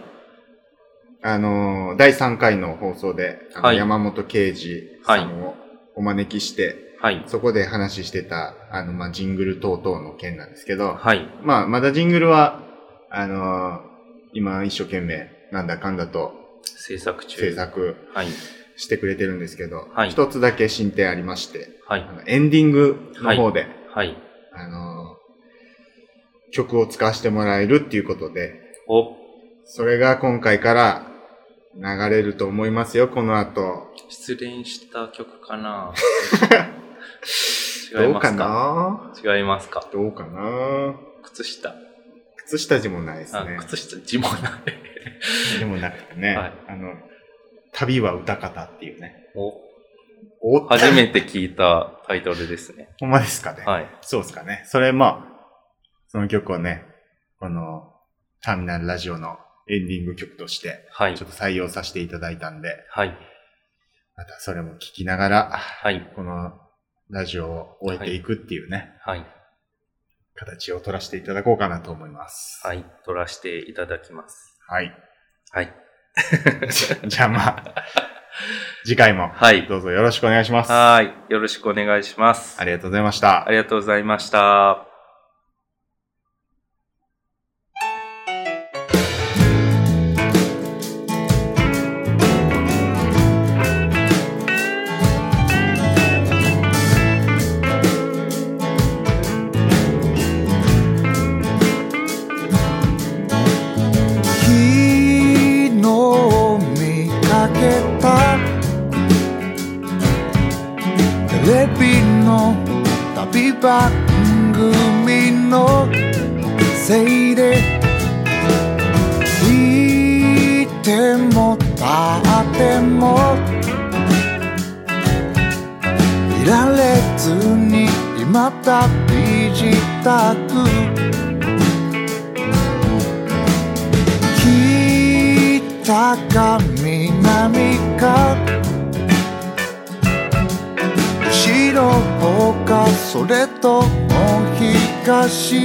あのー、第3回の放送で、あの
はい
山本啓二さんをお招きして、
はい。
そこで話してた、あの、まあ、ジングル等々の件なんですけど、
はい。
まあ、まだジングルは、あのー今一生懸命、なんだかんだと
制作中。
制作
はい。
してくれてるんですけど、
はい
一つだけ進展ありまして、
はい
あ。のエンディングの方で、
はい。
あのー曲を使わせてもらえるっていうことで、
お、
それが今回から流れると思いますよ、この後。
失恋した曲かな違い
どう
ます
か
か
な
違いますか
どうかな
靴下。
靴下地もないです
あ、
ね。
靴下、地もない。
でもなくてね、
はい
あの、旅は歌方っていうね。
お、
おっ、
初めて聞いたタイトルで すね。
ほんまですかね。
はい。
そうですかね。それまあ、その曲をね、この、ターミナルラジオのエンディング曲として、
はい
ちょ。っと採用させていただいたんで、
はい。
またそれも聞きながら、
はい。
このラジオを終えていくっていうね、
はい。
形を取らせていただこうかなと思います。
はい。取らせていただきます。
はい。
はい。
じゃあまあ、次回も
はい。
どうぞよろしくお願いします。あ
はい。よろしくお願いします。
りがとうございました
あ。りがとうございました。
昨日見かけたテレビの旅番組のせいでいてもたってもいられずに今旅自宅北か南か後ろかそれとも東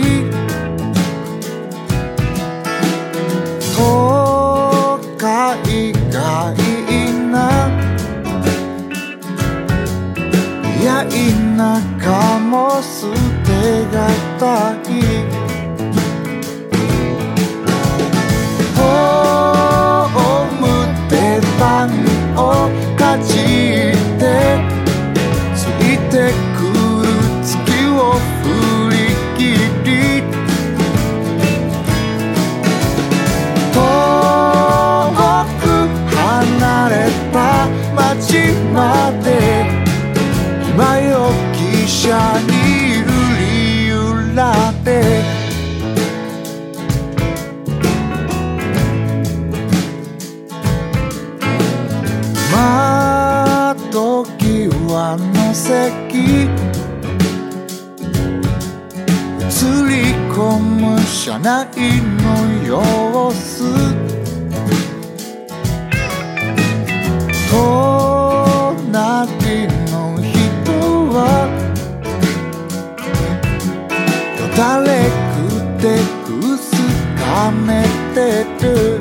東海がいいないや田舎も捨てがたいホームでパンをかじってついてくる月を振り切り遠く離れた街まで今よ汽車に揺り揺らって窓際の席映り込む車内の様子隣の人はよだれくてくすかめてる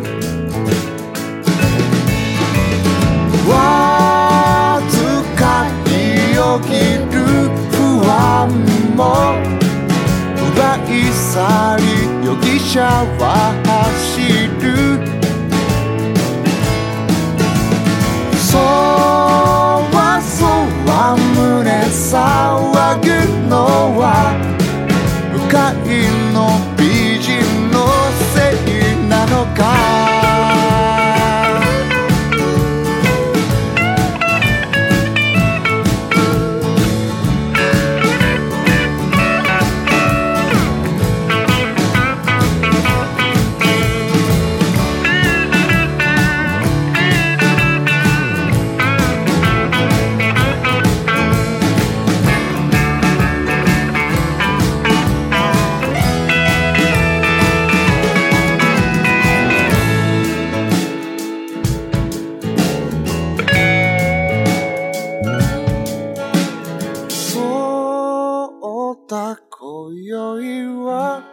わずかによぎる不安も奪い去り容疑者は走るそわそわ胸騒ぐのは向かいの美人のせいなのかそうだ今宵は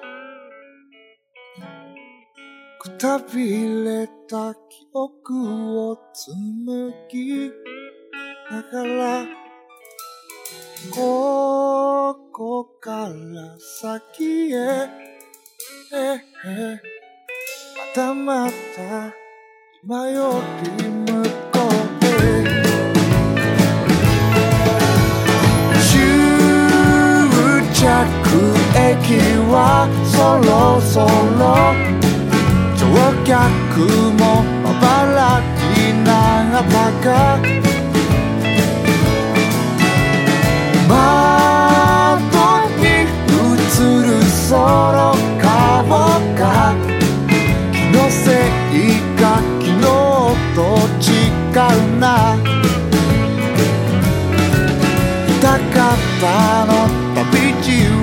くたびれた記憶を紡ぎながらここから先へええまたまた今より向こうへ終着駅はそろそろ乗客もまばらになったか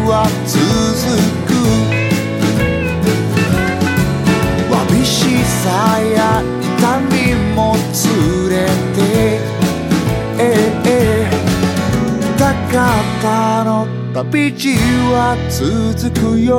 は続くわびしさや痛みも連れてええ高田の旅路は続くよ